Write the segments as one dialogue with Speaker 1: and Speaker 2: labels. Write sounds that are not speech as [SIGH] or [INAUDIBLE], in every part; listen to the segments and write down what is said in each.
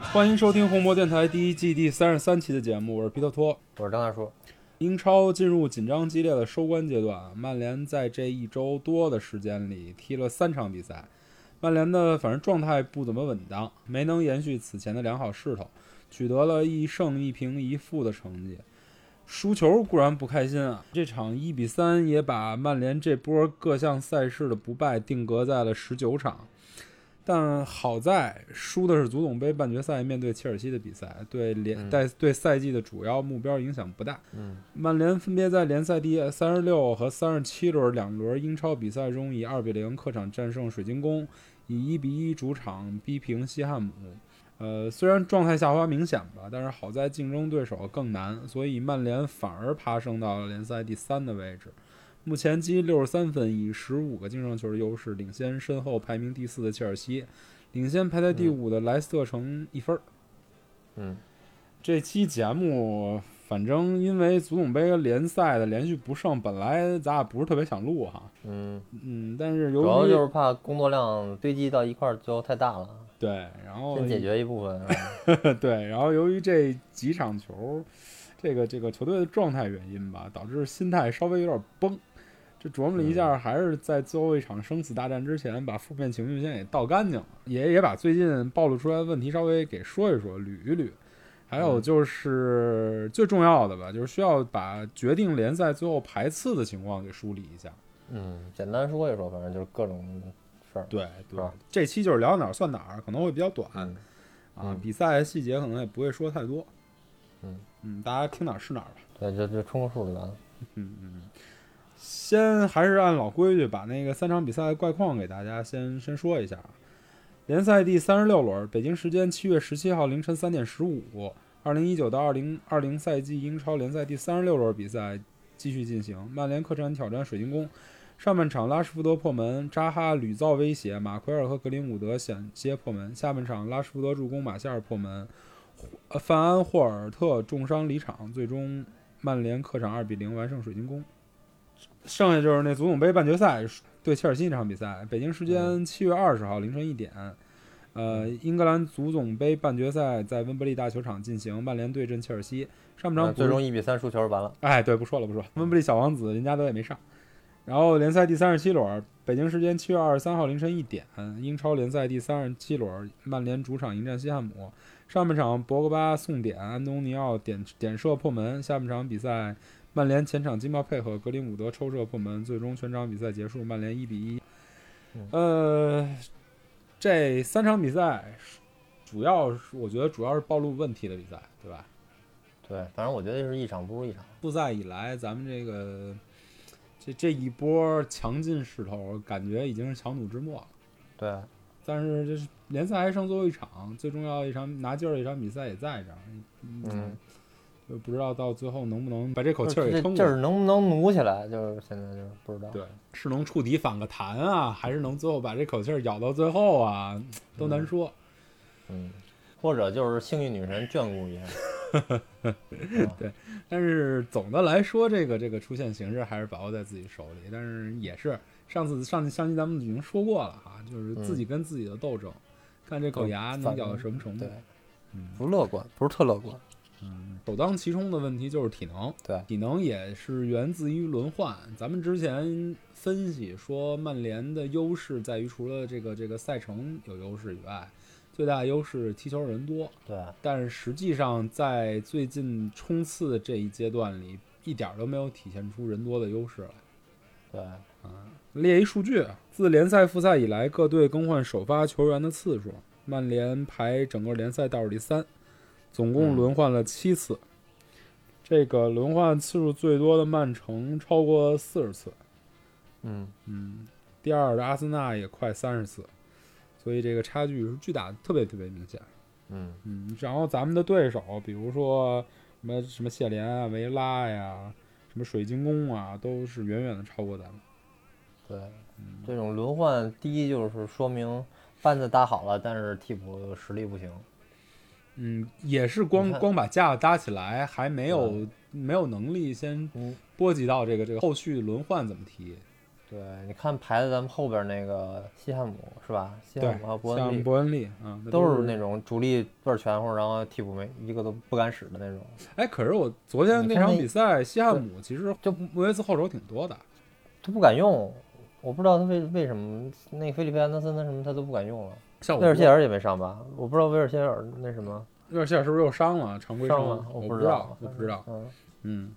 Speaker 1: 欢迎收听红魔电台第一季第三十三期的节目，我是皮特托。
Speaker 2: 我是张大叔，
Speaker 1: 英超进入紧张激烈的收官阶段，啊曼联在这一周多的时间里踢了三场比赛，曼联的反正状态不怎么稳当，没能延续此前的良好势头，取得了一胜一平一负的成绩。输球固然不开心啊，这场一比三也把曼联这波各项赛事的不败定格在了十九场。但好在输的是足总杯半决赛面对切尔西的比赛，对联
Speaker 2: 嗯
Speaker 1: 带对赛季的主要目标影响不大。
Speaker 2: 嗯，
Speaker 1: 曼联分别在联赛第三十六和三十七轮两轮英超比赛中，以二比零客场战胜水晶宫，以一比一主场逼平西汉姆。呃，虽然状态下滑明显吧，但是好在竞争对手更难，所以曼联反而爬升到了联赛第三的位置。目前积六十三分，以十五个净胜球的优势领先身后排名第四的切尔西，领先排在第
Speaker 2: 嗯
Speaker 1: 五的莱斯特城一分儿。
Speaker 2: 嗯，
Speaker 1: 这期节目，反正因为足总杯联赛的连续不胜，本来咱俩不是特别想录哈，
Speaker 2: 嗯，
Speaker 1: 嗯，但是由
Speaker 2: 主要
Speaker 1: 于
Speaker 2: 就是怕工作量堆积到一块儿，最后太大了，
Speaker 1: 对，然后
Speaker 2: 先解决一部分。啊
Speaker 1: 对，然后由于这几场球，这个这个球队的状态原因吧，导致心态稍微有点崩。这琢磨了一下，还是在最后一场生死大战之前，把负面情绪先给倒干净了，也也把最近暴露出来的问题稍微给说一说、捋一捋。还有就是最重要的吧，就是需要把决定联赛最后排次的情况给梳理一下。
Speaker 2: 嗯，简单说一说，反正就是各种事儿。
Speaker 1: 对对
Speaker 2: 吧，
Speaker 1: 这期就是聊哪儿算哪儿，可能会比较短。
Speaker 2: 嗯
Speaker 1: 啊
Speaker 2: 嗯，
Speaker 1: 比赛细节可能也不会说太多。
Speaker 2: 嗯
Speaker 1: 大家听哪儿是哪儿吧。
Speaker 2: 对，就就冲个数就完了。
Speaker 1: 嗯嗯，先还是按老规矩，把那个三场比赛的概况给大家先先说一下啊。联赛第三十六轮，北京时间七月十七号凌晨三点十五，二零一九到二零二零赛季英超联赛第三十六轮比赛继续进行。曼联客场挑战水晶宫，上半场拉什福德破门，扎哈屡造威胁，马奎尔和格林伍德险些破门。下半场拉什福德助攻，马夏尔破门，呃范安霍尔特重伤离场，最终曼联客场二比零完胜水晶宫。剩下就是那足总杯半决赛对切尔西那场比赛，北京时间七月二十号凌晨一点，呃，英格兰足总杯半决赛在温布利大球场进行，曼联对阵切尔西。上半
Speaker 2: 啊
Speaker 1: 场补
Speaker 2: 最终一比三输球就完了。
Speaker 1: 哎，对，不说了，不说了。温布利小王子林加德也没上。然后联赛第三十七轮，北京时间七月二十三号凌晨一点，嗯英超联赛第三十七轮，曼联主场迎战西汉姆。上半场博格巴送点，安东尼奥点点射破门。下半场比赛，曼联前场经贸配合，格林伍德抽射破门，最终全场比赛结束，曼联一比一
Speaker 2: 嗯。
Speaker 1: 呃，这三场比赛主要是我觉得主要是暴露问题的比赛，对吧？
Speaker 2: 对，反正我觉得就是一场不如一场。
Speaker 1: 复赛以来，咱们这个这这一波强劲势头，感觉已经是强弩之末了。
Speaker 2: 对，
Speaker 1: 但是这是联赛还剩最后一场，最重要的一场拿劲儿的一场比赛也在这儿，
Speaker 2: 嗯，，
Speaker 1: 就不知道到最后能不能把这口气儿
Speaker 2: 这
Speaker 1: 给撑过
Speaker 2: 劲儿
Speaker 1: 去。
Speaker 2: 能不能努起来，就是现在就是不知道。
Speaker 1: 对，是能触底反个弹啊，还是能最后把这口气儿咬到最后啊，都难说。
Speaker 2: 嗯，或者就是幸运女神眷顾一下。
Speaker 1: 但是总的来说，这个这个出现形式还是把握在自己手里。但是也是上次上上期咱们已经说过了哈，就是自
Speaker 2: 嗯
Speaker 1: 己跟自己的斗争，看这口牙能咬到什么程度
Speaker 2: 对。，
Speaker 1: 嗯
Speaker 2: 不乐观，不是特乐观。
Speaker 1: 嗯，首当其冲的问题就是体能，
Speaker 2: 对
Speaker 1: 体能也是源自于轮换。咱们之前分析说，曼联的优势在于除了这个这个赛程有优势以外，最大的优势踢球人多。
Speaker 2: 对，
Speaker 1: 但是实际上在最近冲刺的这一阶段里，一点儿都没有体现出人多的优势来。
Speaker 2: 对，
Speaker 1: 列一数据，啊自联赛复赛以来，各队更换首发球员的次数，曼联排整个联赛倒数第三，总共
Speaker 2: 嗯
Speaker 1: 轮换了七次。这个轮换次数最多的曼城超过四十次，
Speaker 2: 嗯。
Speaker 1: 嗯，第二的阿森纳也快三十次，所以这个差距是巨大的，特别特别明显。
Speaker 2: 嗯
Speaker 1: 嗯，然后咱们的对手，比如说什么什么谢联啊、维拉呀、什么水晶宫啊，都是远远的超过咱们。，
Speaker 2: 对，这种轮换，第一就是说明班子搭好了，但是替补实力不行。
Speaker 1: 嗯，也是光
Speaker 2: 你看
Speaker 1: 光把架搭起来，还没有、没有能力先
Speaker 2: 嗯，
Speaker 1: 波及到这个这个后续轮换怎么踢。
Speaker 2: 对，你看排在咱们后边那个西汉姆是吧？西汉姆和啊伯恩利
Speaker 1: 像伯恩利，嗯，
Speaker 2: 都
Speaker 1: 是
Speaker 2: 是那种主力倍儿全乎，然后替补没一个都不敢使的那种。
Speaker 1: 哎，可是我昨天那
Speaker 2: 你看
Speaker 1: 场
Speaker 2: 那
Speaker 1: 比赛，西汉姆其实
Speaker 2: 就
Speaker 1: 穆耶斯后手挺多的，
Speaker 2: 他不敢用，我不知道他为为什么那个菲利佩安德森他什么他都不敢用了，
Speaker 1: 像
Speaker 2: 威
Speaker 1: 我
Speaker 2: 尔谢尔也没上吧？我不知道威尔谢尔那什么
Speaker 1: 威尔希尔是不是又伤了常规
Speaker 2: 上吗？
Speaker 1: 我
Speaker 2: 不
Speaker 1: 知
Speaker 2: 道，
Speaker 1: 我不知道，
Speaker 2: 嗯，
Speaker 1: 嗯。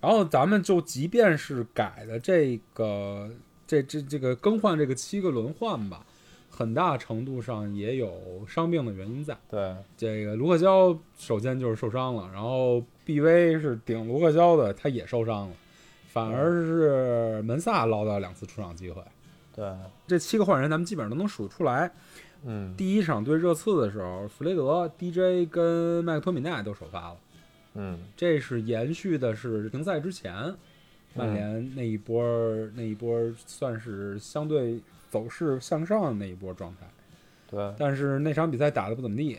Speaker 1: 然后咱们就即便是改了这个这这这个更换这个七个轮换吧，很大程度上也有伤病的原因在。
Speaker 2: 对，
Speaker 1: 这个卢克肖首先就是受伤了，然后 B V 是顶卢克肖的，他也受伤了，反而是门萨捞到两次出场机会。
Speaker 2: 对，
Speaker 1: 这七个换人咱们基本上都能数出来。
Speaker 2: 嗯
Speaker 1: 第一场对热刺的时候，弗雷德、DJ 跟麦克托米奈都首发了，
Speaker 2: 嗯，
Speaker 1: 这是延续的是停赛之前曼联那一波儿那一波儿算是相对走势向上的那一波状态。
Speaker 2: 对
Speaker 1: 但是那场比赛打得不怎么地，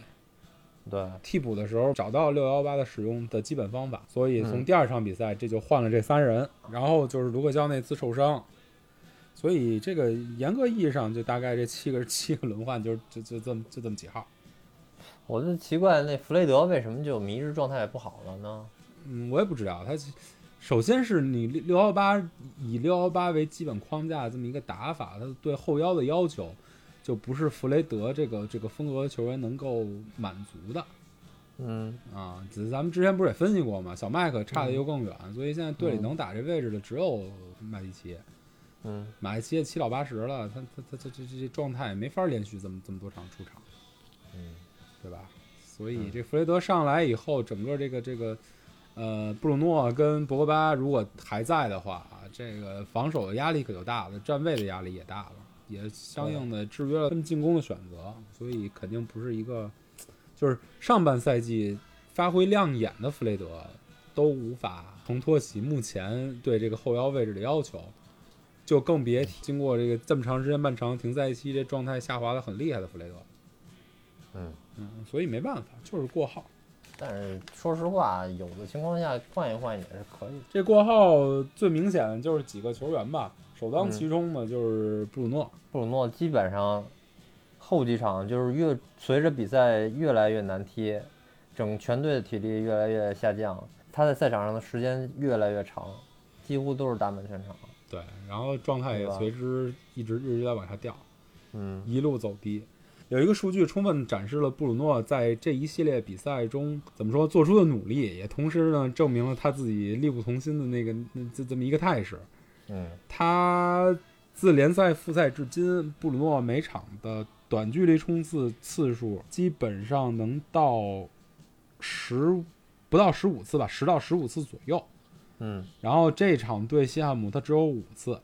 Speaker 2: 对，
Speaker 1: 替补的时候找到六幺八的使用的基本方法，所以从
Speaker 2: 嗯
Speaker 1: 第二场比赛这就换了这三人，然后就是卢克肖那次受伤，所以这个严格意义上就大概这七个七个轮换就是就就这么就这么几号。
Speaker 2: 我就奇怪那弗雷德为什么就迷之状态不好了呢？
Speaker 1: 嗯，我也不知道他其。首先是你六幺八以六幺八为基本框架这么一个打法，他对后腰的要求就不是弗雷德这个这个风格球员能够满足的。
Speaker 2: 嗯，
Speaker 1: 啊，只是咱们之前不是也分析过吗？小麦克差的又更远，所以现在队里
Speaker 2: 嗯
Speaker 1: 能打这位置的只有马蒂奇。
Speaker 2: 嗯，
Speaker 1: 马蒂奇也七老八十了，他他他他这这这状态也没法连续这么这么多场出场，
Speaker 2: 嗯，
Speaker 1: 对吧？所以
Speaker 2: 嗯
Speaker 1: 这弗雷德上来以后，整个这个这个，呃，布鲁诺跟博格巴如果还在的话，啊这个防守的压力可就大了，站位的压力也大了，也相应的制约了他们进攻的选择，所以肯定不是一个，就是上半赛季发挥亮眼的弗雷德都无法承托起目前对这个后腰位置的要求。就更别提经过这个这么长时间漫长停赛期，这状态下滑的很厉害的弗雷德，
Speaker 2: 嗯
Speaker 1: 嗯，所以没办法，就是过号。
Speaker 2: 但是说实话，有的情况下换一换也是可以的。
Speaker 1: 这过号最明显的就是几个球员吧，首当其冲的就是布鲁诺。
Speaker 2: 布鲁诺基本上后几场就是越随着比赛越来越难踢，整全队的体力越来越下降，他在赛场上的时间越来越长，几乎都是打满全场。
Speaker 1: 对，然后状态也
Speaker 2: 对吧
Speaker 1: 随之一直一直在往下掉，
Speaker 2: 嗯
Speaker 1: 一路走低。有一个数据充分展示了布鲁诺在这一系列比赛中怎么说做出的努力，也同时呢证明了他自己力不从心的那个那这这么一个态势。
Speaker 2: 嗯
Speaker 1: 他自联赛复赛至今，布鲁诺每场的短距离冲刺次数基本上能到十不到十五次吧，十到十五次左右。
Speaker 2: 嗯，
Speaker 1: 然后这场对西汉姆，他只有五次，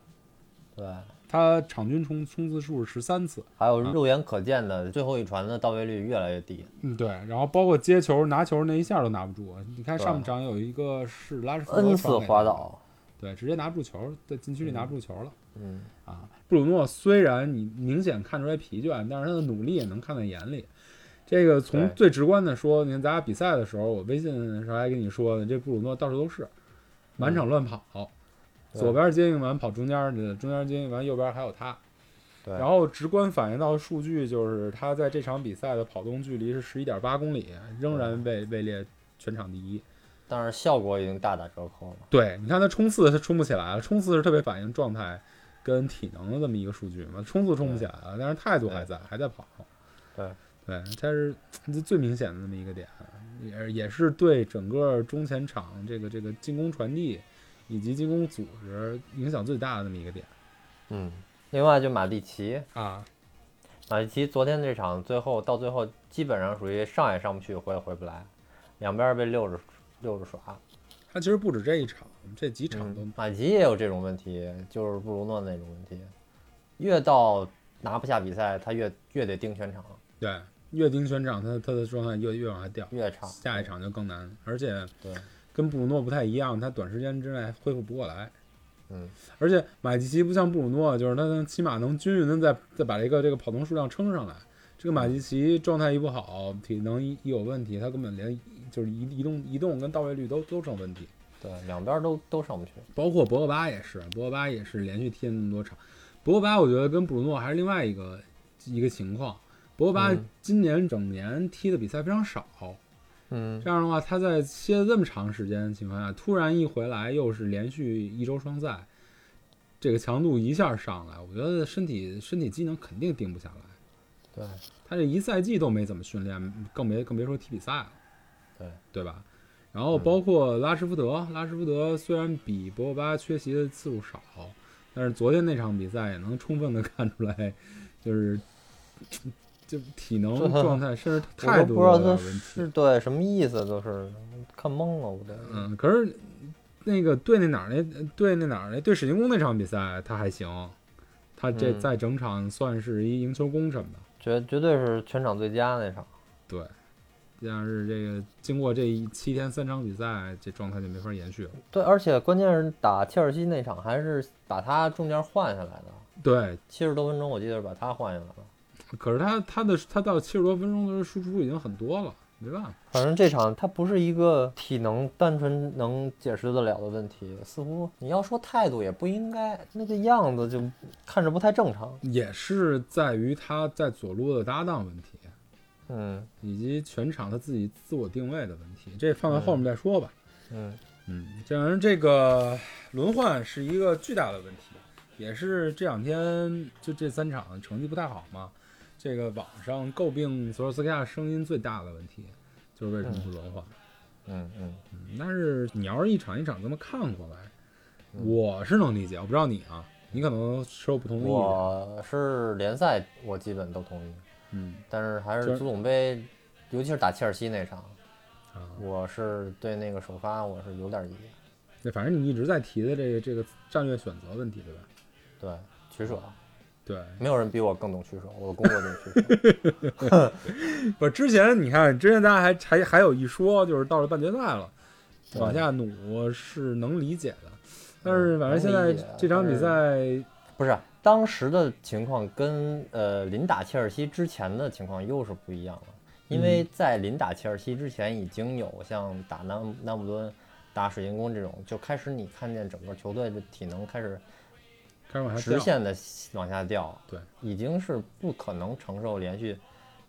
Speaker 2: 对。
Speaker 1: 他场均冲冲刺数是十三次。
Speaker 2: 还有肉眼可见的最后一传的到位率越来越低。
Speaker 1: 嗯，对。然后包括接球、拿球那一下都拿不住。你看
Speaker 2: 对
Speaker 1: 上半场有一个是拉什福德
Speaker 2: N 次滑，倒。
Speaker 1: 对，直接拿不住球，在禁区里拿不住球了。
Speaker 2: 嗯
Speaker 1: 啊，布鲁诺虽然你明显看出来疲倦，但是他的努力也能看在眼里。这个从
Speaker 2: 对
Speaker 1: 最直观的说，你看咱俩比赛的时候，我微信的时候还跟你说呢，这布鲁诺到处都是，满场乱跑，
Speaker 2: 嗯对
Speaker 1: 左边接应完跑中间去，中间接应完右边还有他。
Speaker 2: 对
Speaker 1: 然后直观反映到的数据就是他在这场比赛的跑动距离是十一点八公里，仍
Speaker 2: 嗯
Speaker 1: 然位位列全场第一。
Speaker 2: 但是效果已经大打折扣了。
Speaker 1: 对，你看他冲刺，他冲不起来了。冲刺是特别反映状态跟体能的这么一个数据嘛，冲刺冲不起来了，但是态度还在，还在跑。
Speaker 2: 对，
Speaker 1: 对，这是这最明显的这么一个点，也也是对整个中前场这个这个进攻传递以及进攻组织影响最大的这么一个点
Speaker 2: 嗯，另外就马蒂奇，
Speaker 1: 啊。
Speaker 2: 马蒂奇昨天这场最后到最后基本上属于上也上不去，回也回不来，两边被溜着溜着耍。
Speaker 1: 他其实不止这一场，这几场都、
Speaker 2: 嗯，马蒂奇也有这种问题，就是布鲁诺那种问题，越到拿不下比赛，他越越得盯全场，
Speaker 1: 对，越盯全场，他他的状态越越往下掉，
Speaker 2: 越差。
Speaker 1: 下一场就更难，而且
Speaker 2: 啊对，
Speaker 1: 跟布鲁诺不太一样，他短时间之内恢复不过来。
Speaker 2: 嗯，
Speaker 1: 而且马蒂奇不像布鲁诺，就是他能起码能均匀的再再把这个这个跑动数量撑上来。这个
Speaker 2: 嗯
Speaker 1: 马蒂奇状态一不好，体能一一有问题，他根本连就是移移动移动跟到位率都都成问题。
Speaker 2: 对，两边都都上不去。
Speaker 1: 包括博格巴也是，博格巴也是连续踢了那么多场。博格巴我觉得跟布鲁诺还是另外一个一个情况。博格巴
Speaker 2: 嗯
Speaker 1: 今年整年踢的比赛非常少，
Speaker 2: 嗯
Speaker 1: 这样的话他在歇了这么长时间的情况下，突然一回来又是连续一周双赛，这个强度一下上来，我觉得身体身体机能肯定定不下来。
Speaker 2: 对，
Speaker 1: 他这一赛季都没怎么训练，更别更别说踢比赛了，
Speaker 2: 对嗯
Speaker 1: 对吧？然后包括拉什福德，拉什福德虽然比博格巴缺席的次数少，但是昨天那场比赛也能充分的 [LAUGHS] 看出来，就是就体能状
Speaker 2: [LAUGHS]
Speaker 1: 态甚至态
Speaker 2: 我
Speaker 1: 度都
Speaker 2: 都不知道
Speaker 1: 有
Speaker 2: 他
Speaker 1: 点问题。
Speaker 2: 是对什么意思，都是看懵了，我都。
Speaker 1: 嗯，可是那个对那哪儿那对那哪儿那对水晶宫那场比赛他还行，他这
Speaker 2: 嗯
Speaker 1: 在整场算是一赢球功臣吧。
Speaker 2: 绝绝对是全场最佳那场。
Speaker 1: 对，但是这个经过这一七天三场比赛，这状态就没法延续了。
Speaker 2: 对，而且关键是打切尔西那场还是把他中间换下来的，
Speaker 1: 对，
Speaker 2: 七十多分钟我记得是把他换下来了。
Speaker 1: 可是他他的他到七十多分钟的时候输出已经很多了，没办法。
Speaker 2: 反正这场他不是一个体能单纯能解释得了的问题，似乎你要说态度也不应该，那个样子就看着不太正常。
Speaker 1: 也是在于他在左路的搭档问题，
Speaker 2: 嗯
Speaker 1: 以及全场他自己自我定位的问题，这放到后面再说吧。
Speaker 2: 嗯，
Speaker 1: 嗯，这反正这个轮换是一个巨大的问题，也是这两天就这三场成绩不太好嘛，这个网上诟病索尔斯克亚声音最大的问题，就是为什么不轮换。
Speaker 2: 嗯嗯，
Speaker 1: 嗯但是你要是一场一场这么看过来，
Speaker 2: 嗯
Speaker 1: 我是能理解，我不知道你啊，你可能持有不同的意啊见。
Speaker 2: 我是联赛我基本都同意，
Speaker 1: 嗯
Speaker 2: 但是还
Speaker 1: 就是
Speaker 2: 是足总杯，尤其是打切尔西那场，
Speaker 1: 啊，
Speaker 2: 我是对那个首发我是有点意见。
Speaker 1: 那反正你一直在提的这个这个战略选择问题，对吧？
Speaker 2: 对，取舍，
Speaker 1: 对，
Speaker 2: 没有人比我更懂取舍，我工作就是取舍。
Speaker 1: 不，之前你看，之前大家还还还有一说，就是到了半决赛了，
Speaker 2: 对嗯
Speaker 1: 往下努是能理解的，但是反正现在
Speaker 2: 能理解
Speaker 1: 这场比赛，
Speaker 2: 不是当时的情况跟呃临打切尔西之前的情况又是不一样了，因为
Speaker 1: 嗯
Speaker 2: 在临打切尔西之前已经有像打南姆南姆敦、打水晶宫这种，就开始你看见整个球队的体能开始
Speaker 1: 开始往下
Speaker 2: 直
Speaker 1: 掉，
Speaker 2: 线的往下掉，
Speaker 1: 对，
Speaker 2: 已经是不可能承受连续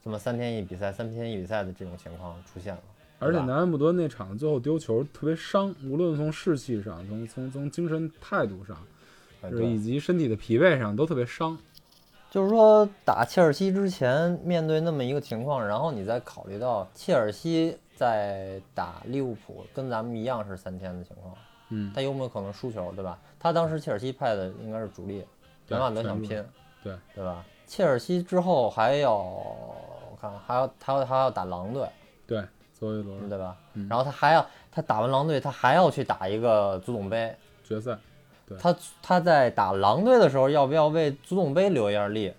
Speaker 2: 这么三天一比赛、三天一比赛的这种情况出现了。
Speaker 1: 而且
Speaker 2: 对吧
Speaker 1: 南安普敦那场最后丢球特别伤，无论从士气上，从从从精神态度上，
Speaker 2: 呃
Speaker 1: 就是
Speaker 2: 对
Speaker 1: 以及身体的疲惫上都特别伤。
Speaker 2: 就是说，打切尔西之前面对那么一个情况，然后你再考虑到切尔西在打利物浦，跟咱们一样是三天的情况，
Speaker 1: 嗯，
Speaker 2: 他有没有可能输球，对吧？他当时切尔西派的应该是主力，
Speaker 1: 对
Speaker 2: 本马德想
Speaker 1: 全部
Speaker 2: 拼，
Speaker 1: 对
Speaker 2: 对吧？切尔西之后还要我看还要还要还要打狼队，
Speaker 1: 对，最后一轮
Speaker 2: 对吧？
Speaker 1: 嗯
Speaker 2: 然后他还要他打完狼队，他还要去打一个足总杯，
Speaker 1: 决赛，
Speaker 2: 他他在打狼队的时候要不要为足总杯留一下力？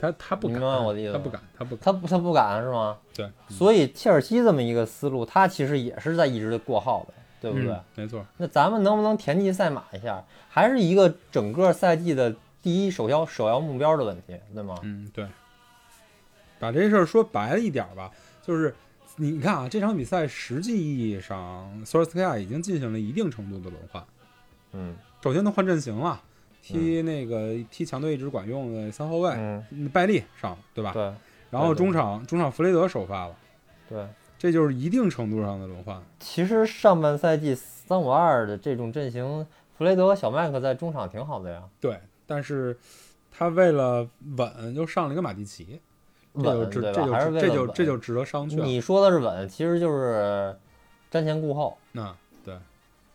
Speaker 1: 他他不
Speaker 2: 你
Speaker 1: 敢，
Speaker 2: 明白我的意思
Speaker 1: 他
Speaker 2: 吗
Speaker 1: 不敢，他不敢，
Speaker 2: 他不他不敢是吗？
Speaker 1: 对，
Speaker 2: 所以切尔西这么一个思路，他其实也是在一直的过耗的，对不对？
Speaker 1: 嗯没错，
Speaker 2: 那咱们能不能田忌赛马一下？还是一个整个赛季的第一首要首要目标的问题，对吗？
Speaker 1: 嗯，对。把这事儿说白了一点儿吧，就是你你看啊，这场比赛实际意义上，索尔斯克亚已经进行了一定程度的轮换。
Speaker 2: 嗯
Speaker 1: 首先，他换阵型了，踢那个、踢强队一直管用的三后卫，
Speaker 2: 嗯，
Speaker 1: 嗯拜利上了对吧？
Speaker 2: 对
Speaker 1: 然后
Speaker 2: 对对
Speaker 1: 中场中场弗雷德首发了，
Speaker 2: 对。
Speaker 1: 这就是一定程度上的轮换。
Speaker 2: 其实上半赛季三五二的这种阵型，弗雷德和小麦克在中场挺好的呀，
Speaker 1: 对，但是他为了稳，又上了一个马蒂奇，这就
Speaker 2: 稳
Speaker 1: 值
Speaker 2: 对
Speaker 1: 这
Speaker 2: 吧？还是
Speaker 1: 就
Speaker 2: 为
Speaker 1: 这
Speaker 2: 了
Speaker 1: 就
Speaker 2: 稳
Speaker 1: 这就值得商榷了。
Speaker 2: 你说的是稳，其实就是瞻前顾后。
Speaker 1: 那对，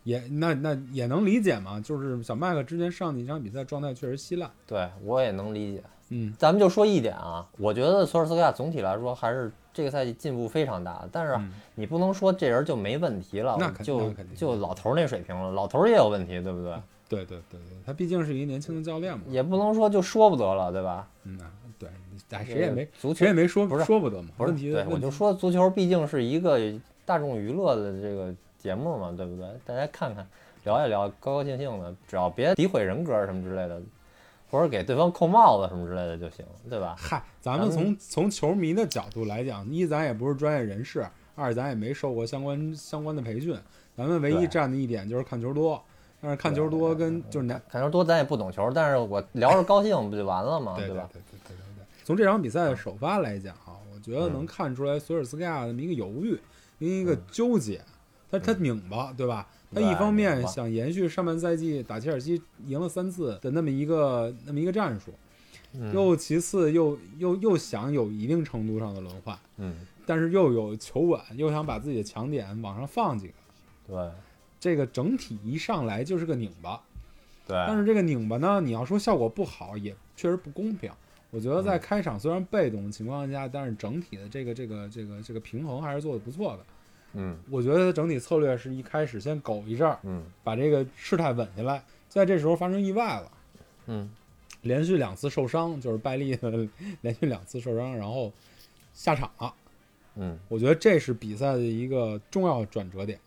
Speaker 1: 也那那也能理解嘛，就是小麦克之前上几场比赛状态确实稀烂，
Speaker 2: 对我也能理解，
Speaker 1: 嗯，
Speaker 2: 咱们就说一点啊，我觉得索尔斯克亚总体来说还是这个赛季进步非常大，但是啊
Speaker 1: 嗯
Speaker 2: 你不能说这人就没问题了，
Speaker 1: 那肯那
Speaker 2: 就
Speaker 1: 肯定嗯
Speaker 2: 就老头儿那水平了，老头儿也有问题，对不对？
Speaker 1: 对对对对，他毕竟是一个年轻的教练嘛，
Speaker 2: 也不能说就说不得了，对吧？
Speaker 1: 嗯啊，对，哎，谁也没
Speaker 2: 足球
Speaker 1: 谁也没说
Speaker 2: 不是
Speaker 1: 说不得嘛，
Speaker 2: 不是
Speaker 1: 问题
Speaker 2: 对，我
Speaker 1: 问
Speaker 2: 就
Speaker 1: 题
Speaker 2: 说足球毕竟是一个大众娱乐的这个节目嘛，对不对？大家看看聊一聊，高高兴兴的，只要别诋毁人格什么之类的，或者给对方扣帽子什么之类的就行，对吧？
Speaker 1: 嗨，咱们
Speaker 2: 咱
Speaker 1: 从从球迷的角度来讲，一咱也不是专业人士，二咱也没受过相关相关的培训，咱们唯一
Speaker 2: 对
Speaker 1: 占的一点就是看球多，但是看球多跟就是难，
Speaker 2: 看球多咱也不懂球，但是我聊着高兴不就完了吗？
Speaker 1: 啊对对对
Speaker 2: 吧？
Speaker 1: 对对对对。嗯从这场比赛的首发来讲啊，我觉得能看出来索尔斯克亚的一个犹豫，一个纠结，他他拧巴，嗯对吧？他一
Speaker 2: 对
Speaker 1: 方面
Speaker 2: 拧巴
Speaker 1: 想延续上半赛季打切尔西赢了三次的那么一个那么一个战术，
Speaker 2: 嗯
Speaker 1: 又其次又又又想有一定程度上的轮换，
Speaker 2: 嗯，
Speaker 1: 但是又有求稳，又想把自己的强点往上放几个，
Speaker 2: 对
Speaker 1: 这个整体一上来就是个拧巴。
Speaker 2: 对，嗯
Speaker 1: 但是这个拧巴呢，你要说效果不好，也确实不公平。我觉得在开场虽然被动的情况下，但是整体的这个这个这个这个平衡还是做得不错的。
Speaker 2: 嗯
Speaker 1: 我觉得整体策略是一开始先苟一阵儿，
Speaker 2: 嗯
Speaker 1: 把这个事态稳下来，在这时候发生意外了，
Speaker 2: 嗯
Speaker 1: 连续两次受伤，就是拜利 [LAUGHS] 的连续两次受伤，然后下场了。
Speaker 2: 嗯
Speaker 1: 我觉得这是比赛的一个重要转折点。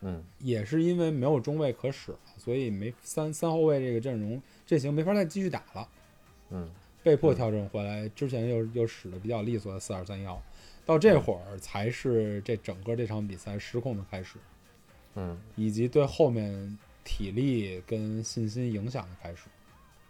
Speaker 2: 嗯
Speaker 1: 也是因为没有中卫可使了，所以没三三后卫这个阵容阵型没法再继续打了，
Speaker 2: 嗯
Speaker 1: 被迫调整回来。之前又又使的比较利索的四二三幺，到这会儿才是这整个这场比赛失控的开始，
Speaker 2: 嗯
Speaker 1: 以及对后面体力跟信心影响的开始。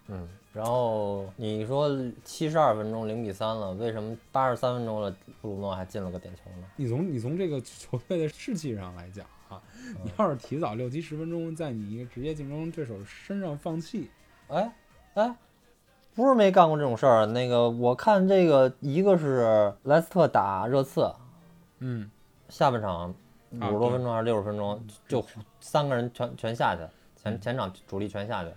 Speaker 2: 嗯。然后你说七十二分钟零比三了，为什么八十三分钟了布鲁诺还进了个点球呢？
Speaker 1: 你从你从这个球队的士气上来讲啊，你要是提早六七十分钟在你一个职业竞争对手身上放弃，
Speaker 2: 哎哎，不是没干过这种事儿。啊那个我看这个，一个是莱斯特打热刺，
Speaker 1: 嗯，
Speaker 2: 下半场五
Speaker 1: 啊
Speaker 2: 十多
Speaker 1: 对嗯
Speaker 2: 分钟还是六十分钟，就三个人全全下去，前前场主力全下去。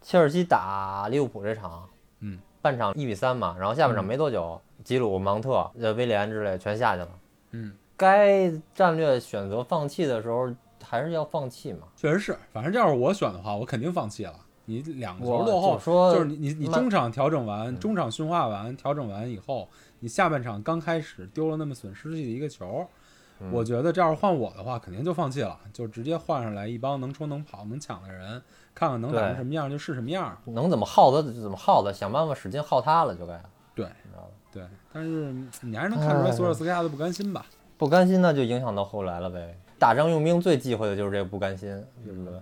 Speaker 2: 切尔西打利物浦这场，
Speaker 1: 嗯，
Speaker 2: 半场一比三嘛，然后下半场
Speaker 1: 嗯
Speaker 2: 没多久，吉鲁、芒特、呃威廉之类全下去了。
Speaker 1: 嗯，
Speaker 2: 该战略选择放弃的时候，还是要放弃嘛。
Speaker 1: 确实是，反正这要是我选的话，我肯定放弃了。你两个球
Speaker 2: 我
Speaker 1: 落后
Speaker 2: 就，说
Speaker 1: 就是你你你
Speaker 2: 呃慢嗯
Speaker 1: 中场调整完，中场驯化完，调整完以后，你下半场刚开始丢了那么损失的一个球，
Speaker 2: 嗯
Speaker 1: 我觉得这要是换我的话，肯定就放弃了，就直接换上来一帮能冲能跑能抢的人，看看能打成
Speaker 2: 对
Speaker 1: 什么样就是什么样。
Speaker 2: 能怎么耗他就怎么耗他，想办法使劲耗他了就该。
Speaker 1: 对
Speaker 2: 你知道吧
Speaker 1: 对，但是你还是能看出来
Speaker 2: 哎
Speaker 1: 索尔斯克亚的不甘心吧？
Speaker 2: 不甘心那就影响到后来了呗。打仗用兵最忌讳的就是这个不甘心，对不对？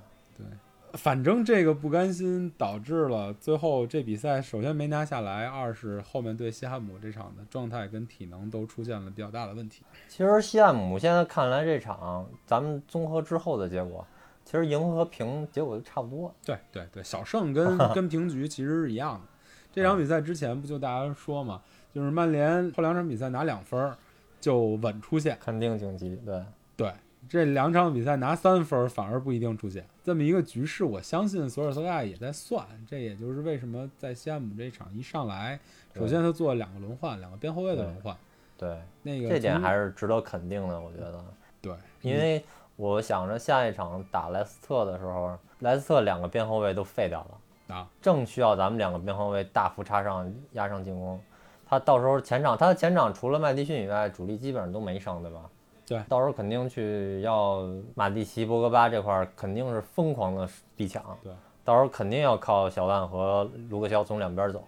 Speaker 1: 反正这个不甘心导致了最后这比赛首先没拿下来，二是后面对西汉姆这场的状态跟体能都出现了比较大的问题。
Speaker 2: 其实西汉姆现在看来这场，咱们综合之后的结果，其实赢和平结果都差不多。
Speaker 1: 对对对，小胜
Speaker 2: [LAUGHS]
Speaker 1: 跟跟平局其实是一样的。
Speaker 2: 嗯
Speaker 1: 这场比赛之前不就大家说嘛，就是曼联后两场比赛拿两分儿就稳出线，
Speaker 2: 肯定晋级，对，
Speaker 1: 对，这两场比赛拿三分儿反而不一定出线。这么一个局势，我相信索尔斯克亚也在算，这也就是为什么在西汉姆这场一上来，首
Speaker 2: 对
Speaker 1: 先他做了两个轮换，两个边后卫的
Speaker 2: 对
Speaker 1: 轮换，
Speaker 2: 对，
Speaker 1: 那个
Speaker 2: 这点
Speaker 1: 从
Speaker 2: 还是值得肯定的，我觉得，
Speaker 1: 对，
Speaker 2: 因为我想着下一场打莱斯特的时候，莱斯特两个边后卫都废掉了。
Speaker 1: 啊，
Speaker 2: 正需要咱们两个边后卫大幅插上压上进攻。他到时候前场，他的前场除了麦迪逊以外，主力基本上都没伤，对吧？
Speaker 1: 对
Speaker 2: 到时候肯定去要马蒂奇、博格巴这块儿肯定是疯狂的逼抢，
Speaker 1: 对，
Speaker 2: 到时候肯定要靠小万和卢克肖从两边走，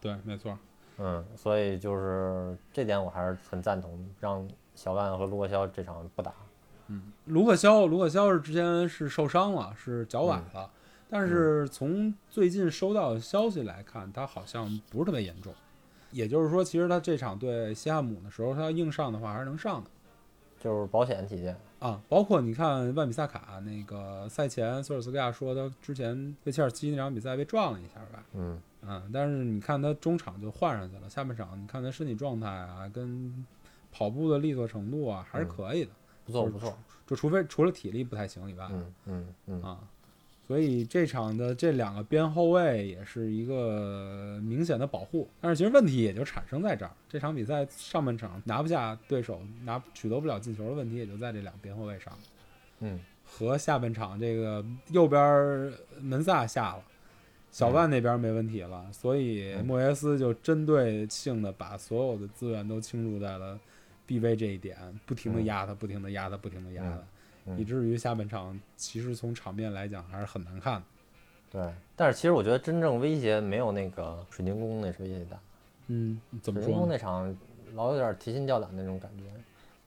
Speaker 1: 对，没错儿，
Speaker 2: 嗯，所以就是这点我还是很赞同，让小万和卢克肖这场不打，
Speaker 1: 嗯，卢克肖，卢克肖是之前是受伤了，是脚崴了，但是从最近收到的消息来看，他好像不是特别严重。也就是说，其实他这场对西汉姆的时候，他要硬上的话还是能上的
Speaker 2: 就是保险起见，
Speaker 1: 啊。包括你看万比萨卡那个赛前，索尔斯克亚说他之前对切尔西那场比赛被撞了一下吧，
Speaker 2: 嗯，
Speaker 1: 嗯，但是你看他中场就换上去了，下半场你看他身体状态啊，跟跑步的利索程度啊，还是可以的。
Speaker 2: 不错
Speaker 1: 就是
Speaker 2: 不错，
Speaker 1: 就除非除了体力不太行以外，
Speaker 2: 嗯嗯嗯，
Speaker 1: 啊，所以这场的这两个边后卫也是一个明显的保护。但是其实问题也就产生在这儿，这场比赛上半场拿不下对手，拿取得不了进球的问题也就在这两个边后卫上，
Speaker 2: 嗯
Speaker 1: 和下半场这个右边儿门萨下了。小万那边没问题了，所以
Speaker 2: 嗯
Speaker 1: 莫耶斯就针对性的把所有的资源都倾注在了 B 位这一点，不停的
Speaker 2: 嗯
Speaker 1: 压他，不停的压他，不停的压他。
Speaker 2: 嗯
Speaker 1: 以至于下半场其实从场面来讲还是很难看的。
Speaker 2: 对，但是其实我觉得真正威胁没有那个水晶宫那时候威胁大。
Speaker 1: 嗯，怎么
Speaker 2: 水晶宫
Speaker 1: 说呢？
Speaker 2: 那场老有点提心吊胆那种感觉，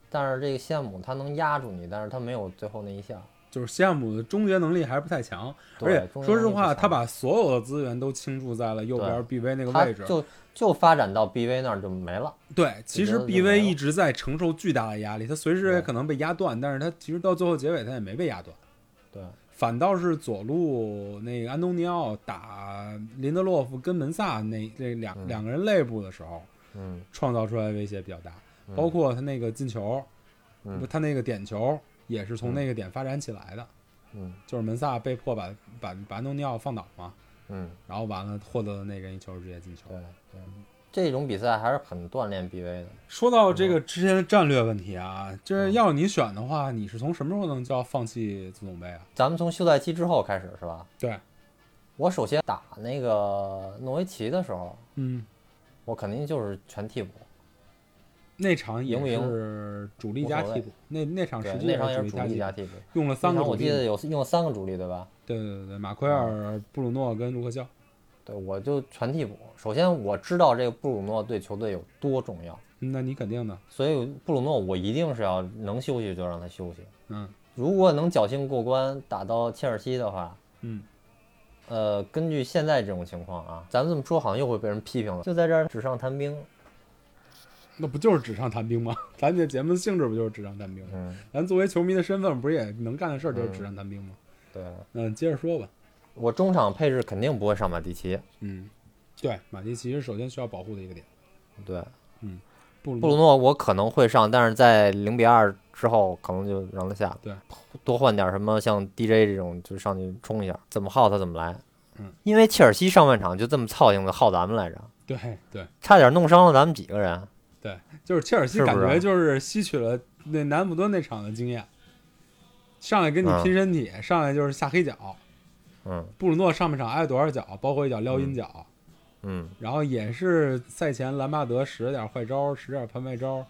Speaker 2: 但是这个西汉姆他能压住你，但是他没有最后那一下。
Speaker 1: 就是西汉姆的终结能力还是不太强，而
Speaker 2: 对，
Speaker 1: 且
Speaker 2: 中
Speaker 1: 说
Speaker 2: 间
Speaker 1: 实
Speaker 2: 力不
Speaker 1: 话，
Speaker 2: 强
Speaker 1: 他把所有的资源都倾注在了右边 BV 那个
Speaker 2: 他
Speaker 1: 位置。
Speaker 2: 就就发展到 BV 那儿就没了。
Speaker 1: 对，其实
Speaker 2: 觉得就没
Speaker 1: BV
Speaker 2: 了
Speaker 1: 一直在承受巨大的压力，他随时也
Speaker 2: 对
Speaker 1: 可能被压断，但是他其实到最后结尾他也没被压断，
Speaker 2: 对
Speaker 1: 反倒是左路那个安东尼奥打林德洛夫跟门萨那这两、
Speaker 2: 嗯
Speaker 1: 两个人肋部的时候，
Speaker 2: 嗯，
Speaker 1: 创造出来的威胁比较大，
Speaker 2: 嗯
Speaker 1: 包括他那个进球，
Speaker 2: 嗯
Speaker 1: 不他那个点球也是从
Speaker 2: 嗯
Speaker 1: 那个点发展起来的，
Speaker 2: 嗯
Speaker 1: 就是门萨被迫把把把安东尼奥放倒嘛，
Speaker 2: 嗯，
Speaker 1: 然后完了获得的那人一球直接进球。
Speaker 2: 对对，这种比赛还是很锻炼 BV 的。
Speaker 1: 说到这个之前的战略问题啊，
Speaker 2: 嗯
Speaker 1: 就是要你选的话，你是从什么时候能叫放弃足总杯啊？
Speaker 2: 咱们从休赛期之后开始是吧？
Speaker 1: 对，
Speaker 2: 我首先打那个诺维奇的时候，
Speaker 1: 嗯，
Speaker 2: 我肯定就是全替补，
Speaker 1: 那场也
Speaker 2: 赢不赢
Speaker 1: 是主力加替
Speaker 2: 无所
Speaker 1: 补，那那场
Speaker 2: 对
Speaker 1: 啊实，际
Speaker 2: 那场也
Speaker 1: 主
Speaker 2: 是主
Speaker 1: 力
Speaker 2: 力加
Speaker 1: 加替
Speaker 2: 替补。
Speaker 1: 补，用了三
Speaker 2: 那
Speaker 1: 个
Speaker 2: 场
Speaker 1: 主
Speaker 2: 我
Speaker 1: 力
Speaker 2: 记，得啊有用了三个主力对吧？
Speaker 1: 对对对对，马奎尔、布鲁诺跟卢克肖，
Speaker 2: 对，我就全替补。首先我知道这个布鲁诺对球队有多重要，
Speaker 1: 嗯那你肯定的，
Speaker 2: 所以布鲁诺我一定是要能休息就让他休息。
Speaker 1: 嗯
Speaker 2: 如果能侥幸过关打到切尔西的话，
Speaker 1: 嗯，
Speaker 2: 呃，根据现在这种情况啊，咱们这么说好像又会被人批评了。就在这儿纸上谈兵，
Speaker 1: 那不就是纸上谈兵吗？ [LAUGHS] 咱这节目的性质不就是纸上谈兵吗？
Speaker 2: 嗯，
Speaker 1: 咱作为球迷的身份，不是也能干的事儿就是纸上谈兵吗？
Speaker 2: 对
Speaker 1: 那接着说吧，
Speaker 2: 我中场配置肯定不会上马蒂奇，
Speaker 1: 嗯，对，马蒂奇是首先需要保护的一个点，
Speaker 2: 对，
Speaker 1: 布鲁
Speaker 2: 布鲁
Speaker 1: 诺
Speaker 2: 诺我可能会上，但是在零比二之后可能就让他下了。
Speaker 1: 对，
Speaker 2: 多换点什么像 DJ 这种，就上去冲一下，怎么耗他怎么来。
Speaker 1: 嗯，
Speaker 2: 因为切尔西上半场就这么操性的耗咱们来着，
Speaker 1: 对对。
Speaker 2: 差点弄伤了咱们几个人。
Speaker 1: 对，就是切尔西
Speaker 2: 是不
Speaker 1: 感
Speaker 2: 是啊
Speaker 1: 觉就是吸取了那南安普顿那场的经验，上来跟你拼身体，上来就是下黑脚。
Speaker 2: 嗯
Speaker 1: 布鲁诺上半场挨了多少脚，包括一脚撩阴脚，
Speaker 2: 嗯
Speaker 1: 然后也是赛前兰帕德使了点坏招，使点盘外招，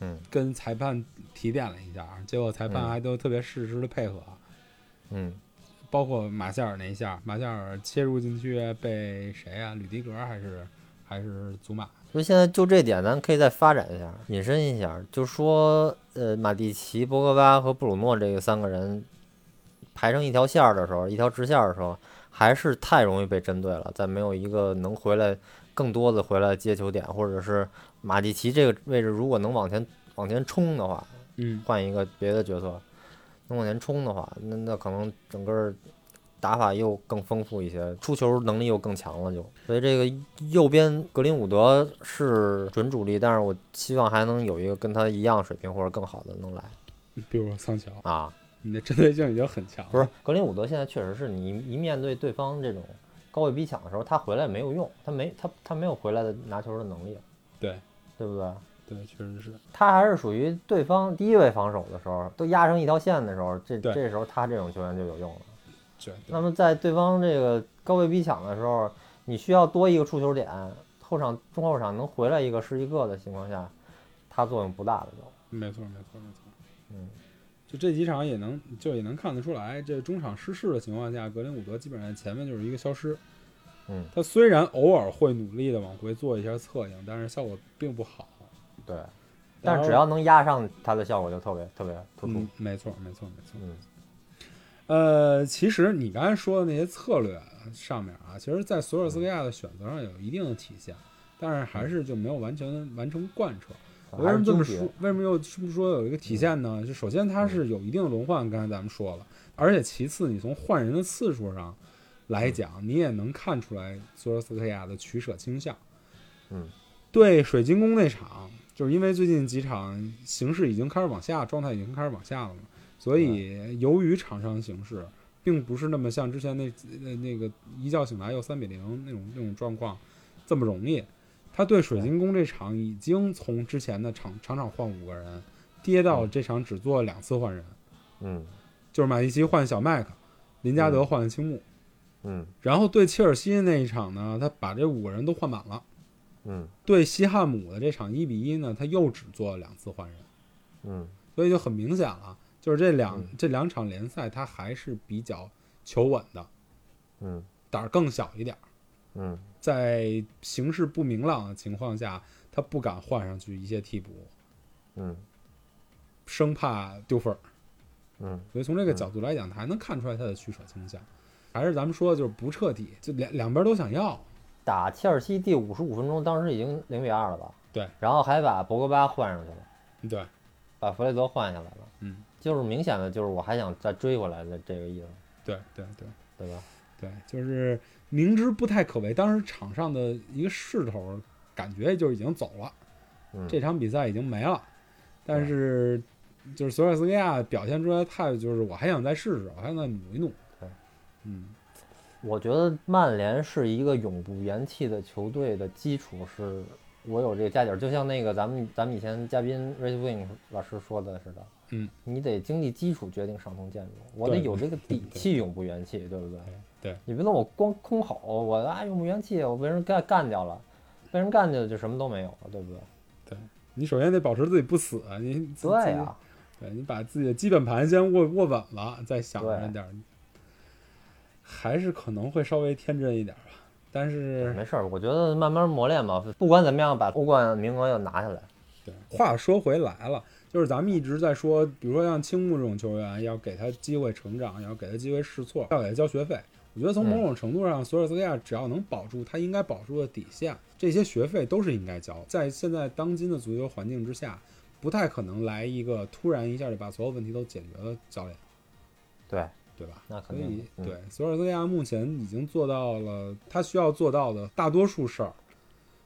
Speaker 2: 嗯
Speaker 1: 跟裁判提点了一下，结果裁判
Speaker 2: 嗯
Speaker 1: 还都特别适时的配合，
Speaker 2: 嗯
Speaker 1: 包括马夏尔那一下，马夏尔切入禁区被谁啊？吕迪格还是还是祖马？
Speaker 2: 所以现在就这点，咱可以再发展一下，引申一下，就说呃，马蒂奇、博格巴和布鲁诺这个三个人排成一条线儿的时候，一条直线儿的时候，还是太容易被针对了。在没有一个能回来更多的回来接球点，或者是马蒂奇这个位置如果能往前往前冲的话，
Speaker 1: 嗯，
Speaker 2: 换一个别的角色，能往前冲的话，那那可能整个儿打法又更丰富一些，出球能力又更强了就。所以这个右边格林伍德是准主力，但是我希望还能有一个跟他一样水平或者更好的能来
Speaker 1: 比如说桑乔，
Speaker 2: 啊。
Speaker 1: 你的针对性已经很强了。
Speaker 2: 不是，格林伍德现在确实是你一面对对方这种高位逼抢的时候，他回来没有用，他没他他没有回来的拿球的能力，
Speaker 1: 对
Speaker 2: 对不对？
Speaker 1: 对，确实是。
Speaker 2: 他还是属于对方低位防守的时候，都压成一条线的时候，这
Speaker 1: 对
Speaker 2: 这时候他这种球员就有用了。
Speaker 1: 对，对
Speaker 2: 那么在对方这个高位逼抢的时候，你需要多一个出球点，后场中后场能回来一个是一个的情况下，它作用不大了就。
Speaker 1: 没错，没错，没错。
Speaker 2: 嗯，
Speaker 1: 就这几场也能就也能看得出来，这中场失势的情况下，格林伍德基本上前面就是一个消失。
Speaker 2: 嗯，
Speaker 1: 他虽然偶尔会努力的往回做一下策应，但是效果并不好。
Speaker 2: 对。
Speaker 1: 然
Speaker 2: 但
Speaker 1: 后
Speaker 2: 是只要能压上，它的效果就特别特别突出
Speaker 1: 嗯。，没错，没错，没错。
Speaker 2: 嗯
Speaker 1: 呃，其实你刚才说的那些策略上面啊，其实，在索尔斯克亚的选择上有一定的体现，但是
Speaker 2: 嗯
Speaker 1: 还是就没有完全完成贯彻。我为
Speaker 2: 还
Speaker 1: 什
Speaker 2: 是
Speaker 1: 么这么
Speaker 2: 纠结
Speaker 1: 说？为什么又这么说有一个体现呢？就首先
Speaker 2: 嗯
Speaker 1: 它是有一定的轮换，刚才咱们说了，而且其次，你从换人的次数上来
Speaker 2: 嗯
Speaker 1: 讲，你也能看出来索尔斯克亚的取舍倾向。
Speaker 2: 嗯，
Speaker 1: 对水晶宫那场，就是因为最近几场形势已经开始往下，状态已经开始往下了嘛，所以由于场上形势并不是那么像之前那呃那个一觉醒来又三比零那种那种状况这么容易。他对水晶宫这场已经从之前的场场场换五个人，跌到这场只做两次换人，
Speaker 2: 嗯
Speaker 1: 就是马蒂奇换小麦克，林加德换青木。
Speaker 2: 嗯
Speaker 1: 然后对切尔西那一场呢，他把这五个人都换满了。
Speaker 2: 嗯
Speaker 1: 对西汉姆的这场一比一呢，他又只做了两次换人，
Speaker 2: 嗯
Speaker 1: 所以就很明显了，就是这两、这两场联赛他还是比较求稳的，
Speaker 2: 嗯
Speaker 1: 胆儿更小一点儿。
Speaker 2: 嗯
Speaker 1: 在形势不明朗的情况下，他不敢换上去一些替补，
Speaker 2: 嗯
Speaker 1: 生怕丢分儿。
Speaker 2: 嗯，
Speaker 1: 所以从这个角度来讲，还能看出来他的取舍倾向。还是咱们说的，就是不彻底，就两两边都想要。
Speaker 2: 打切尔西第五十五分钟，当时已经零比二了吧？
Speaker 1: 对，
Speaker 2: 然后还把博格巴换上去了，
Speaker 1: 对，
Speaker 2: 把弗雷泽换下来了，
Speaker 1: 嗯，
Speaker 2: 就是明显的就是我还想再追回来的这个意思，
Speaker 1: 对，对，对，
Speaker 2: 对吧？
Speaker 1: 对，就是明知不太可为，当时场上的一个势头，感觉就已经走了，
Speaker 2: 嗯，
Speaker 1: 这场比赛已经没了。但是，就是索尔斯克亚表现出来的态度，就是我还想再试试，我还想再努一努
Speaker 2: 对。
Speaker 1: 嗯，
Speaker 2: 我觉得曼联是一个永不言弃的球队的基础是，我有这个家底儿，就像那个咱们咱们以前嘉宾 Red Wing 老师说的似的，
Speaker 1: 嗯，
Speaker 2: 你得经济基础决定上层建筑，我得
Speaker 1: 对
Speaker 2: 有这个底气，永不言弃，对不对？
Speaker 1: 对，
Speaker 2: 你别弄我光空吼，我啊永不言弃，我被人干干掉了，被人干掉就什么都没有了，对不对？
Speaker 1: 你首先得保持自己不死，啊你自
Speaker 2: 对啊呀、
Speaker 1: 对你把自己的基本盘先握握稳了，再想着点儿，还是可能会稍微天真一点吧。但是，
Speaker 2: 没事儿，我觉得慢慢磨练吧，不管怎么样，把欧冠名额要拿下来，
Speaker 1: 对，话说回来了，就是咱们一直在说，比如说像青木这种球员，要给他机会成长，要给他机会试错，要给他交学费。我觉得从某种程度上，索尔斯克亚只要能保住他应该保住的底线，这些学费都是应该交。在现在当今的足球环境之下，不太可能来一个突然一下就把所有问题都解决了教练，
Speaker 2: 对，
Speaker 1: 对吧？
Speaker 2: 那肯
Speaker 1: 所
Speaker 2: 定
Speaker 1: 以
Speaker 2: 的，，嗯
Speaker 1: 对索尔斯克亚目前已经做到了他需要做到的大多数事儿。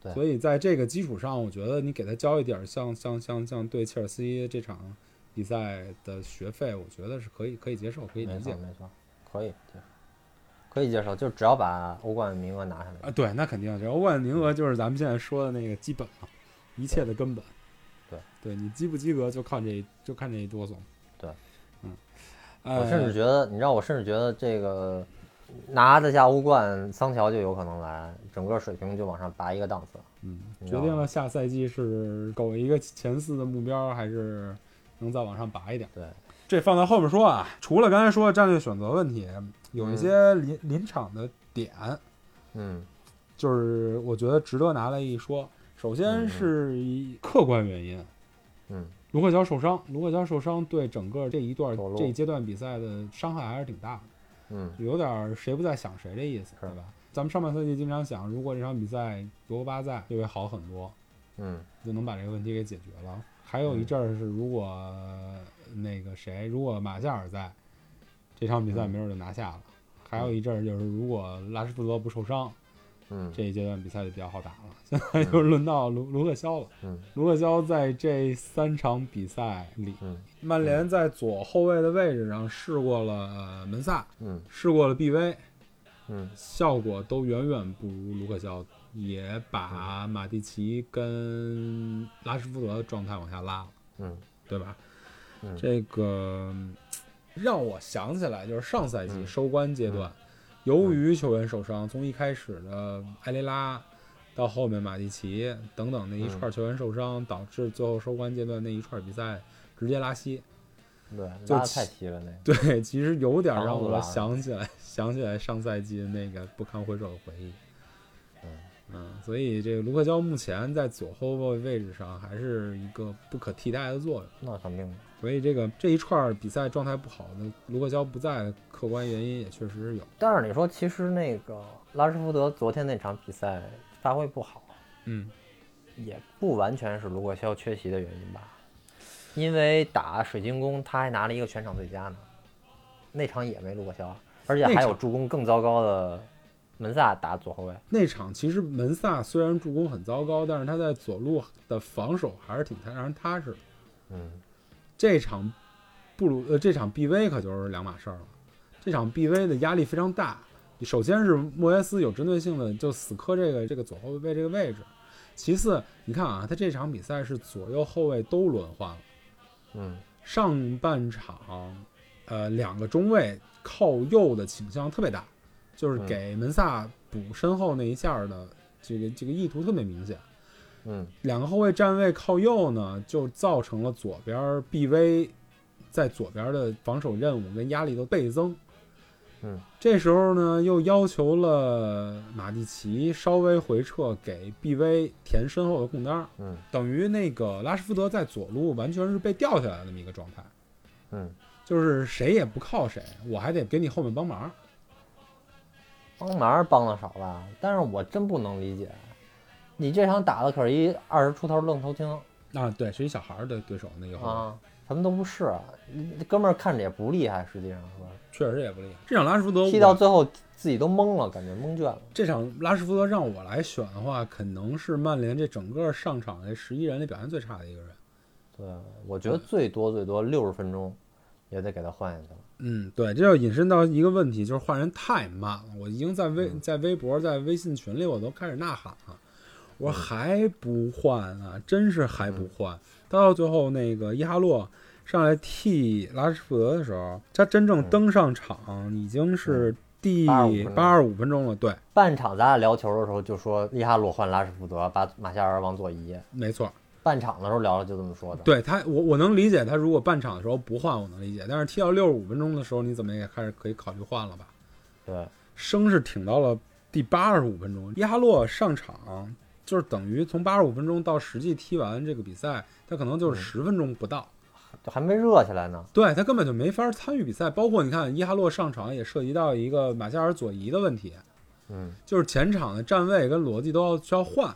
Speaker 2: 对
Speaker 1: 所以在这个基础上，我觉得你给他交一点儿像像像像对切尔西这场比赛的学费，我觉得是可以可以接受，可以
Speaker 2: 没
Speaker 1: 理
Speaker 2: 错
Speaker 1: 解
Speaker 2: 没错，可以对，可以接受，就只要把欧冠名额拿下来。
Speaker 1: 啊。对，那肯定，这欧冠名额就是咱们现在说的那个基本嘛，一切的根本。
Speaker 2: 对，
Speaker 1: 对你及不及格就看这就看这一哆嗦。
Speaker 2: 对，
Speaker 1: 嗯，
Speaker 2: 我甚至
Speaker 1: 呃，
Speaker 2: 觉得，你知道，我甚至觉得这个拿得下欧冠，桑乔就有可能来，整个水平就往上拔一个档次。
Speaker 1: 嗯，
Speaker 2: 你
Speaker 1: 决
Speaker 2: 知道
Speaker 1: 定
Speaker 2: 吗
Speaker 1: 了下赛季是苟一个前四的目标，还是能再往上拔一点。
Speaker 2: 对，
Speaker 1: 这放到后面说啊。除了刚才说的战略选择问题，有一些临临场的点，
Speaker 2: 嗯，
Speaker 1: 就是我觉得值得拿来一说。首
Speaker 2: 嗯
Speaker 1: 先
Speaker 2: 嗯
Speaker 1: 是一客观原因，
Speaker 2: 嗯，
Speaker 1: 卢克肖受伤，卢克肖受伤对整个这一段
Speaker 2: 走路
Speaker 1: 这一阶段比赛的伤害还是挺大的。
Speaker 2: 嗯，
Speaker 1: 有点儿谁不在想谁的意思，
Speaker 2: 是
Speaker 1: 对吧？咱们上半赛季经常想，如果这场比赛博格巴在，就会好很多，
Speaker 2: 嗯，
Speaker 1: 就能把这个问题给解决了。还有一阵儿是，如果那个谁，如果马夏尔在，这场比赛
Speaker 2: 嗯
Speaker 1: 没准儿就拿下了。还有一阵儿就是，如果拉什福德不受伤，
Speaker 2: 嗯，
Speaker 1: 这一阶段比赛就比较好打了。现在 [LAUGHS] 就是轮到卢卢克肖了。
Speaker 2: 嗯，
Speaker 1: 卢克肖在这三场比赛里，
Speaker 2: 嗯，
Speaker 1: 曼联在左后卫的位置上试过了呃门萨，
Speaker 2: 嗯，
Speaker 1: 试过了毕威，
Speaker 2: 嗯，
Speaker 1: 效果都远远不如卢克肖，也把马蒂奇跟拉什福德的状态往下拉了，
Speaker 2: 嗯，
Speaker 1: 对吧？
Speaker 2: 嗯
Speaker 1: 这个嗯让我想起来，就是上赛季
Speaker 2: 嗯
Speaker 1: 收官阶段，由于球员受伤，从一开始的埃雷拉。到后面马蒂奇等等那一
Speaker 2: 嗯
Speaker 1: 串球员受伤，导致最后收官阶段那一串比赛直接拉稀。
Speaker 2: 对，
Speaker 1: 就
Speaker 2: 拉的
Speaker 1: 其
Speaker 2: 太齐了那个。
Speaker 1: 对，其实有点让
Speaker 2: 防不
Speaker 1: 我
Speaker 2: 了
Speaker 1: 想起来， [LAUGHS] 想起来上赛季那个不堪回首的回忆。
Speaker 2: 嗯
Speaker 1: 嗯，所以这个卢克肖目前在左后卫位置上还是一个不可替代的作用。
Speaker 2: 那肯定的，
Speaker 1: 所以这个这一串比赛状态不好的卢克肖不在，客观原因也确实是有。
Speaker 2: 但是你说，其实那个拉什福德昨天那场比赛发挥不好，
Speaker 1: 嗯，
Speaker 2: 也不完全是卢克肖缺席的原因吧，因为打水晶宫他还拿了一个全场最佳呢，那场也没卢克肖，而且
Speaker 1: 那
Speaker 2: 还有
Speaker 1: 场
Speaker 2: 助攻更糟糕的门萨打左后卫，
Speaker 1: 那场其实门萨虽然助攻很糟糕，但是他在左路的防守还是挺让人踏实的。
Speaker 2: 嗯，
Speaker 1: 这场布鲁呃这场 BV 可就是两码事儿了。这场 BV 的压力非常大，首先是莫耶斯有针对性的就死磕这个这个左后卫这个位置，其次你看啊，他这场比赛是左右后卫都轮换了，
Speaker 2: 嗯
Speaker 1: 上半场呃两个中卫靠右的倾向特别大，就是
Speaker 2: 嗯
Speaker 1: 给门萨补身后那一下儿的这个这个意图特别明显。
Speaker 2: 嗯
Speaker 1: 两个后卫站位靠右呢，就造成了左边 BV 在左边的防守任务跟压力的倍增。
Speaker 2: 嗯，
Speaker 1: 这时候呢，又要求了马蒂奇稍微回撤，给 BV 填身后的空当，
Speaker 2: 嗯
Speaker 1: 等于那个拉什福德在左路完全是被吊起来的那么一个状态，
Speaker 2: 嗯，
Speaker 1: 就是谁也不靠谁，我还得给你后面帮忙。
Speaker 2: 帮忙帮的少了，但是我真不能理解，你这场打的可是一二十出头愣头青
Speaker 1: 啊，对，是一小孩儿的对手，那一会儿、
Speaker 2: 啊，咱们都不是，你哥们儿看着也不厉害，实际上是吧？
Speaker 1: 确实也不厉害。这场拉什福德
Speaker 2: 踢
Speaker 1: 我
Speaker 2: 到最后自己都懵了，感觉蒙圈了。
Speaker 1: 这场拉什福德让我来选的话，可能是曼联这整个上场这十一人里表现最差的一个人。
Speaker 2: 对，我觉得最多最多六十分钟，也得给他换下去了。
Speaker 1: 嗯，对，这要引申到一个问题，就是换人太慢了。我已经在微在微博、在微信群里，我都开始呐喊了，我说还不换啊，真是还不换。到最后那个伊哈洛上来替拉什福德的时候，他真正登上场已经是第
Speaker 2: 85分钟
Speaker 1: 嗯八十五分钟了。对，
Speaker 2: 半场咱俩聊球的时候就说伊哈鲁换拉什福德，把马夏尔往左移。
Speaker 1: 没错，
Speaker 2: 半场的时候聊了就这么说的。
Speaker 1: 对他，我我能理解他如果半场的时候不换，我能理解。但是踢到六十五分钟的时候，你怎么也开始可以考虑换了吧？
Speaker 2: 对，
Speaker 1: 生是挺到了第八十五分钟，伊哈洛上场就是等于从八十五分钟到实际踢完这个比赛，他可能就是十分钟不到，
Speaker 2: 就还没热起来呢。
Speaker 1: 对他根本就没法参与比赛。包括你看伊哈洛上场也涉及到一个马夏尔左移的问题，
Speaker 2: 嗯，
Speaker 1: 就是前场的站位跟逻辑都要需要换。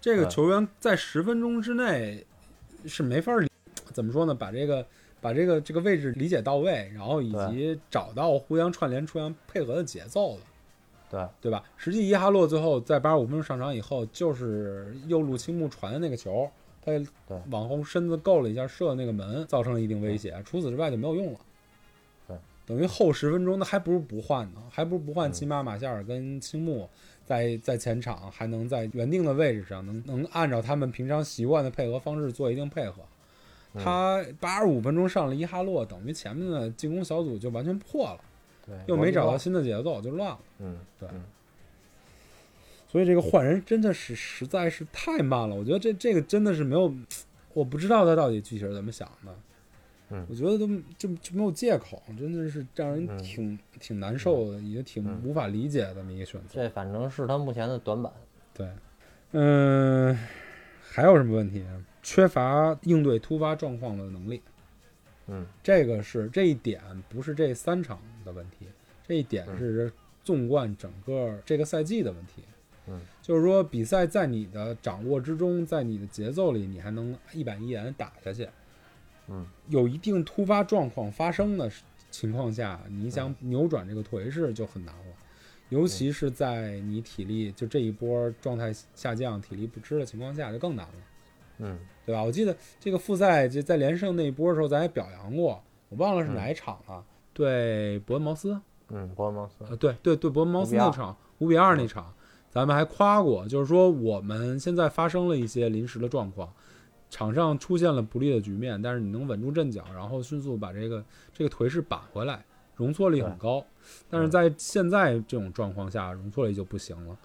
Speaker 1: 这个
Speaker 2: 对
Speaker 1: 球员在十分钟之内是没法理怎么说呢？把这个把这个这个位置理解到位，然后以及找到互相串联、互相配合的节奏了，
Speaker 2: 对，
Speaker 1: 对吧？实际伊哈洛最后在八十五分钟上场以后，就是右路青木传的那个球，他往后身子够了一下，射那个门，造成了一定威胁。除此之外就没有用了。
Speaker 2: 对，
Speaker 1: 等于后十分钟，那还不如不换呢，还不如不换。
Speaker 2: 嗯
Speaker 1: 起码马夏尔跟青木在在前场还能在原定的位置上，能能按照他们平常习惯的配合方式做一定配合。
Speaker 2: 嗯
Speaker 1: 他八十五分钟上了伊哈洛，等于前面的进攻小组就完全破了，
Speaker 2: 对，
Speaker 1: 又没哎找到
Speaker 2: 我知道。
Speaker 1: 新的节奏，就乱了。
Speaker 2: 嗯，
Speaker 1: 对
Speaker 2: 嗯
Speaker 1: 所以这个换人真的是实在是太慢了，我觉得这这个真的是没有，我不知道他到底具体是怎么想的。
Speaker 2: 嗯
Speaker 1: 我觉得都就就没有借口，真的是让人
Speaker 2: 嗯
Speaker 1: 挺、挺难受的，也挺
Speaker 2: 嗯
Speaker 1: 无法理解的这么一个选择。
Speaker 2: 这反正是他目前的短板。
Speaker 1: 对，嗯、还有什么问题呢？缺乏应对突发状况的能力，
Speaker 2: 嗯
Speaker 1: 这个是这一点不是这三场的问题，这一点
Speaker 2: 嗯
Speaker 1: 是纵观整个这个赛季的问题。
Speaker 2: 嗯，
Speaker 1: 就是说比赛在你的掌握之中，在你的节奏里，你还能一板一眼地打下去。
Speaker 2: 嗯，
Speaker 1: 有一定突发状况发生的时情况下，你
Speaker 2: 嗯
Speaker 1: 想扭转这个颓势就很难了。尤其是在你体力就这一波状态下降、体力不支的情况下，就更难了。
Speaker 2: 嗯
Speaker 1: 对吧？我记得这个复赛就在连胜那一波的时候，咱也表扬过，我忘了是哪一场了、对伯恩茅斯，
Speaker 2: 嗯，伯恩茅斯。
Speaker 1: 呃，对对对，伯恩茅斯那场五比二嗯那场，咱们还夸过，就是说我们现在发生了一些临时的状况，场上出现了不利的局面，但是你能稳住阵脚，然后迅速把这个这个颓势扳回来，容错率很高。但是在现在这种状况下，容错率就不行了。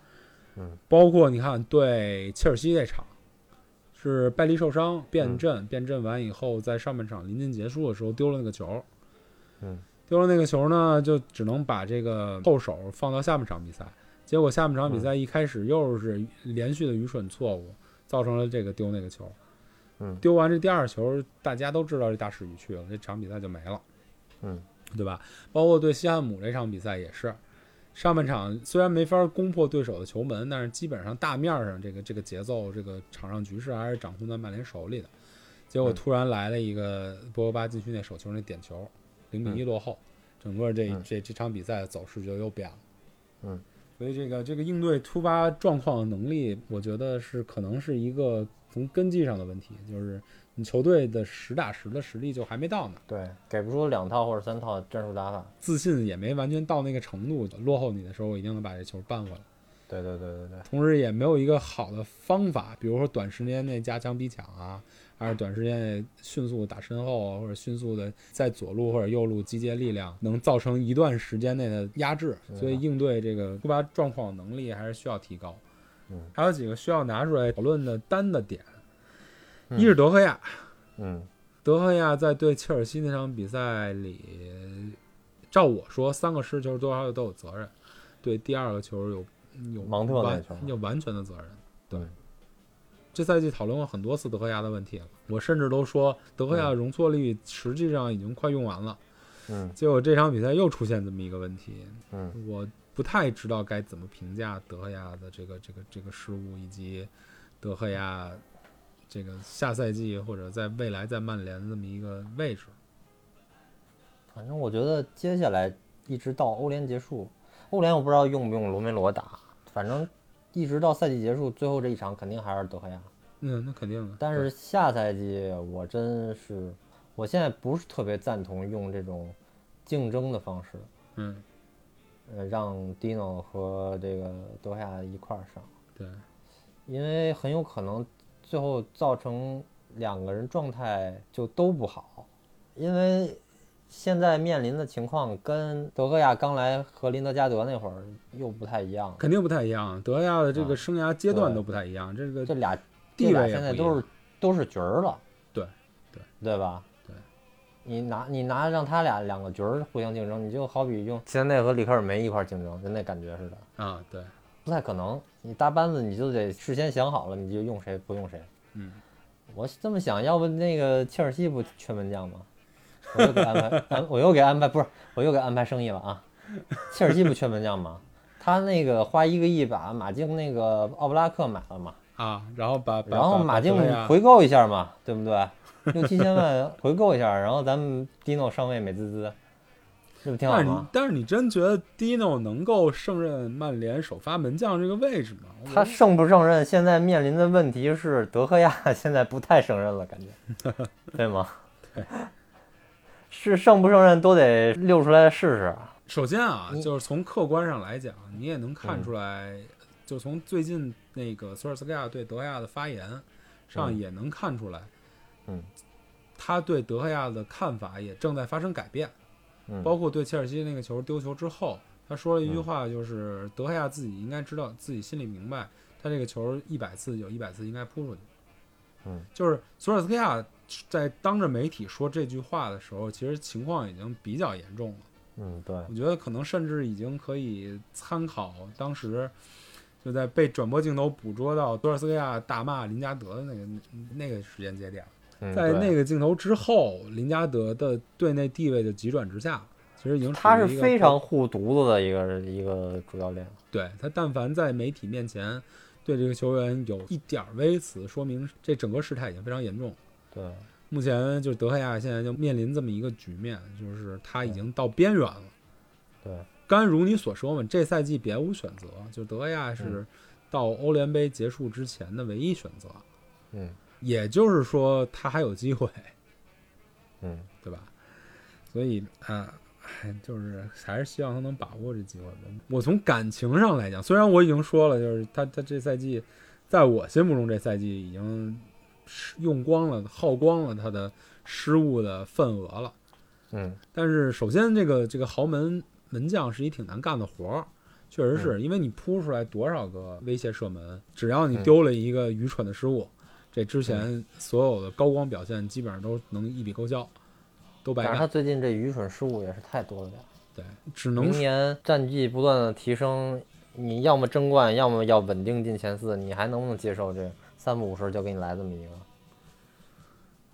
Speaker 2: 嗯，
Speaker 1: 包括你看对切尔西这场。是拜利受伤变阵，变阵完以后，在上半场临近结束的时候丢了那个球，
Speaker 2: 嗯
Speaker 1: 丢了那个球呢，就只能把这个后手放到下半场比赛。结果下半
Speaker 2: 嗯
Speaker 1: 场比赛一开始又是连续的愚蠢错误，造成了这个丢那个球。
Speaker 2: 嗯
Speaker 1: 丢完这第二球，大家都知道这大势已去了，这场比赛就没了，
Speaker 2: 嗯
Speaker 1: 对吧？包括对西汉姆这场比赛也是，上半场虽然没法攻破对手的球门，但是基本上大面上这个这个节奏、这个场上局势还是掌控在曼联手里的。结果
Speaker 2: 嗯
Speaker 1: 突然来了一个博格巴禁区那手球那点球，零比一落后，整个这
Speaker 2: 嗯
Speaker 1: 这这场比赛的走势就又变了。
Speaker 2: 嗯，
Speaker 1: 所以这个这个应对突发状况的能力，我觉得是可能是一个从根基上的问题，就是你球队的实打实的实力就还没到呢，
Speaker 2: 对，给不出两套或者三套战术打法。
Speaker 1: 自信也没完全到那个程度，落后你的时候，我一定能把这球扳回来。
Speaker 2: 对对对对对，
Speaker 1: 同时也没有一个好的方法，比如说短时间内加强逼抢啊，还是短时间内迅速打身后啊，或者迅速的在左路或者右路集结力量，能造成一段时间内的压制。
Speaker 2: 是的
Speaker 1: 所以应对这个突发状况能力还是需要提高。
Speaker 2: 嗯
Speaker 1: 还有几个需要拿出来讨论的单的点，
Speaker 2: 嗯
Speaker 1: 一是德赫亚，
Speaker 2: 嗯
Speaker 1: 德赫亚在对切尔西那场比赛里照我说，三个失球多少都有责任，对第二个球有有
Speaker 2: 芒特那
Speaker 1: 完
Speaker 2: 球
Speaker 1: 有完全的责任。对
Speaker 2: 嗯，
Speaker 1: 这赛季讨论过很多次德赫亚的问题了，我甚至都说德赫亚的容错率实际上已经快用完了。
Speaker 2: 嗯
Speaker 1: 结果这场比赛又出现这么一个问题，
Speaker 2: 嗯
Speaker 1: 我不太知道该怎么评价德赫亚的这个这个这个失误，以及德赫亚这个下赛季或者在未来在曼联的这么一个位置。
Speaker 2: 反正我觉得接下来一直到欧联结束，欧联我不知道用不用罗梅罗打，反正一直到赛季结束，最后这一场肯定还是德赫亚。
Speaker 1: 嗯，那肯定的。
Speaker 2: 但
Speaker 1: 对
Speaker 2: 是下赛季我真是，我现在不是特别赞同用这种竞争的方式，
Speaker 1: 嗯，
Speaker 2: 呃，让 Dino 和这个德赫亚一块儿上，
Speaker 1: 对，
Speaker 2: 因为很有可能最后造成两个人状态就都不好，因为现在面临的情况跟德赫亚刚来和林德加德那会儿又不太一样，
Speaker 1: 肯定不太一样。德赫亚的这个
Speaker 2: 啊
Speaker 1: 生涯阶段
Speaker 2: 对
Speaker 1: 都不太一样，这个
Speaker 2: 这俩
Speaker 1: 呃地
Speaker 2: 这俩
Speaker 1: 位也
Speaker 2: 啊现在
Speaker 1: 不一
Speaker 2: 都
Speaker 1: 样
Speaker 2: 是。都是角儿了，
Speaker 1: 对对
Speaker 2: 对吧？
Speaker 1: 对，
Speaker 2: 你拿你拿让他俩两个角儿互相竞争，你就好比用齐达内和里克尔梅一块儿竞争，就那感觉似的，
Speaker 1: 啊，对，
Speaker 2: 不太可能。你搭班子你就得事先想好了，你就用谁不用谁。
Speaker 1: 嗯，
Speaker 2: 我这么想，要不那个切尔西不缺门将吗？我又给安排，安我又给安排，不是，我又给安排生意了啊！切尔西不缺门将吗？他那个花一个亿把马竞那个奥布拉克买了嘛，
Speaker 1: 啊，然后把把
Speaker 2: 然后
Speaker 1: 把
Speaker 2: 马
Speaker 1: 把
Speaker 2: 竞啊
Speaker 1: 德赫亚
Speaker 2: 回购一下嘛，对不对？六七千万回购一下，然后咱们 Dino 上位美滋滋，这不挺好啊
Speaker 1: 但是你
Speaker 2: 吗？
Speaker 1: 但是你真觉得 Dino 能够胜任曼联首发门将这个位置吗？我
Speaker 2: 他胜不胜任？现在面临的问题是德赫亚 [LAUGHS] 现在不太胜任了，感觉，对吗？是胜不胜任都得溜出来试试。
Speaker 1: 首先啊，
Speaker 2: 你
Speaker 1: 就是从客观上来讲，你也能
Speaker 2: 嗯
Speaker 1: 看出来，就从最近那个索尔斯克亚对德赫亚的发言上
Speaker 2: 嗯
Speaker 1: 也能看出来，
Speaker 2: 嗯，
Speaker 1: 他对德赫亚的看法也正在发生改变，
Speaker 2: 嗯
Speaker 1: 包括对切尔西那个球丢球之后，他说了一句话，就是德赫亚自己应该知道，
Speaker 2: 嗯
Speaker 1: 自己心里明白，他这个球一百次有一百次应该扑出去，
Speaker 2: 嗯，
Speaker 1: 就是索尔斯克亚在当着媒体说这句话的时候，其实情况已经比较严重了。
Speaker 2: 嗯，对，
Speaker 1: 我觉得可能甚至已经可以参考当时就在被转播镜头捕捉到多尔斯克亚大骂林加德的那个那个时间节点，
Speaker 2: 嗯
Speaker 1: 在
Speaker 2: 对
Speaker 1: 那个镜头之后，林加德的队内地位就急转直下了。其实已经属于
Speaker 2: 他是
Speaker 1: 一个
Speaker 2: 非常护犊子的一个一个主教练。
Speaker 1: 对他，但凡在媒体面前对这个球员有一点儿微词，说明这整个事态已经非常严重了。
Speaker 2: 对，
Speaker 1: 目前就是德赫亚现在就面临这么一个局面，就是他已经到边缘了。
Speaker 2: 对，
Speaker 1: 刚如你所说嘛，这赛季别无选择，就德赫亚是到欧联杯结束之前的唯一选择，
Speaker 2: 嗯
Speaker 1: 也就是说他还有机会， [LAUGHS]
Speaker 2: 嗯，
Speaker 1: 对吧？所以啊，唉就是还是希望他能把握这机会吧。我从感情上来讲，虽然我已经说了，就是他他这赛季，在我心目中这赛季已经是用光了、耗光了他的失误的份额了。
Speaker 2: 嗯，
Speaker 1: 但是首先，这个这个豪门门将是一挺难干的活儿，确实
Speaker 2: 嗯
Speaker 1: 是、因为你扑出来多少个威胁射门，只要你
Speaker 2: 嗯
Speaker 1: 丢了一个愚蠢的失误，这之前所有的高光表现基本上都能一笔勾销，都白
Speaker 2: 但是他
Speaker 1: 干。
Speaker 2: 最近这愚蠢失误也是太多了点儿。
Speaker 1: 对，只能
Speaker 2: 明
Speaker 1: 说
Speaker 2: 年战绩不断的提升，你要么争冠，要么要稳定进前四，你还能不能接受这三不五时就给你来这么一个？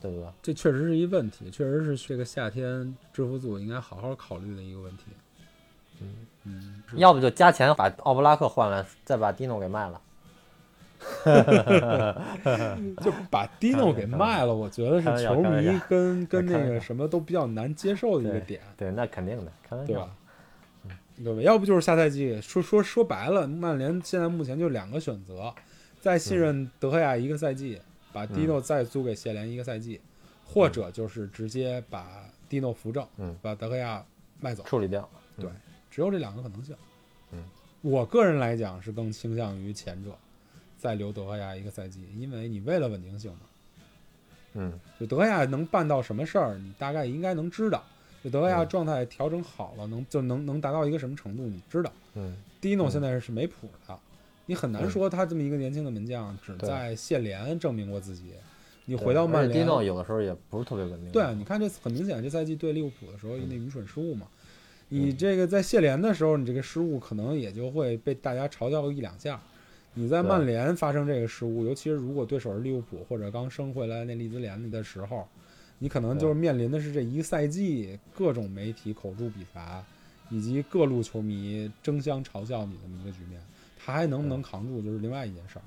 Speaker 2: 对不对？
Speaker 1: 这确实是一问题，确实是这个夏天制服组应该好好考虑的一个问题。
Speaker 2: 嗯
Speaker 1: 嗯，是
Speaker 2: 要不就加钱把奥布拉克换来，再把蒂诺给卖了。
Speaker 1: 就把 Dino 给卖了，我觉得
Speaker 2: 开玩
Speaker 1: 是
Speaker 2: 笑
Speaker 1: 球
Speaker 2: 开玩
Speaker 1: 迷
Speaker 2: 笑
Speaker 1: 跟跟
Speaker 2: 开
Speaker 1: 那
Speaker 2: 玩
Speaker 1: 个
Speaker 2: 笑
Speaker 1: 什么都比较难接受的一个
Speaker 2: 对
Speaker 1: 点。
Speaker 2: 对，那肯定的，开玩
Speaker 1: 对啊
Speaker 2: 笑
Speaker 1: 吧。？
Speaker 2: 嗯
Speaker 1: 对吧？要不就是下赛季，说说说白了，曼联现在目前就两个选择：再信
Speaker 2: 嗯
Speaker 1: 任德赫亚一个赛季，把蒂诺再租给谢联一个赛季，或者就是直接把蒂诺扶正，
Speaker 2: 嗯
Speaker 1: 把德赫亚卖走，
Speaker 2: 处理掉。
Speaker 1: 只有这两个可能性。
Speaker 2: 嗯，
Speaker 1: 我个人来讲是更倾向于前者，再留德赫亚一个赛季，因为你为了稳定性嘛。
Speaker 2: 嗯，
Speaker 1: 就德赫亚能办到什么事儿，你大概应该能知道。就德赫亚
Speaker 2: 嗯
Speaker 1: 状态调整好了，能就能能达到一个什么程度，你知道。
Speaker 2: 嗯，
Speaker 1: Dino
Speaker 2: 嗯
Speaker 1: 现在是没谱的，你很难
Speaker 2: 嗯
Speaker 1: 说他这么一个年轻的门将只
Speaker 2: 对
Speaker 1: 在谢联证明过自己。你
Speaker 2: 你
Speaker 1: 回到曼
Speaker 2: 蒂
Speaker 1: 联，啊
Speaker 2: 诺有的时候也不是特别稳定。
Speaker 1: 对啊，你看这很明显，这赛季对利物浦的时候那愚蠢失误嘛，你这个在谢联的时候，你这个失误可能也就会被大家嘲笑个一两下。你在曼联发生这个失误，尤其是如果对手是利物浦或者刚升回来那利兹联的时候，你可能就是面临的是这一个赛季各种媒体口诛笔伐，以及各路球迷争相嘲笑你这么一个局面。他还能不能扛住，就是另外一件事儿。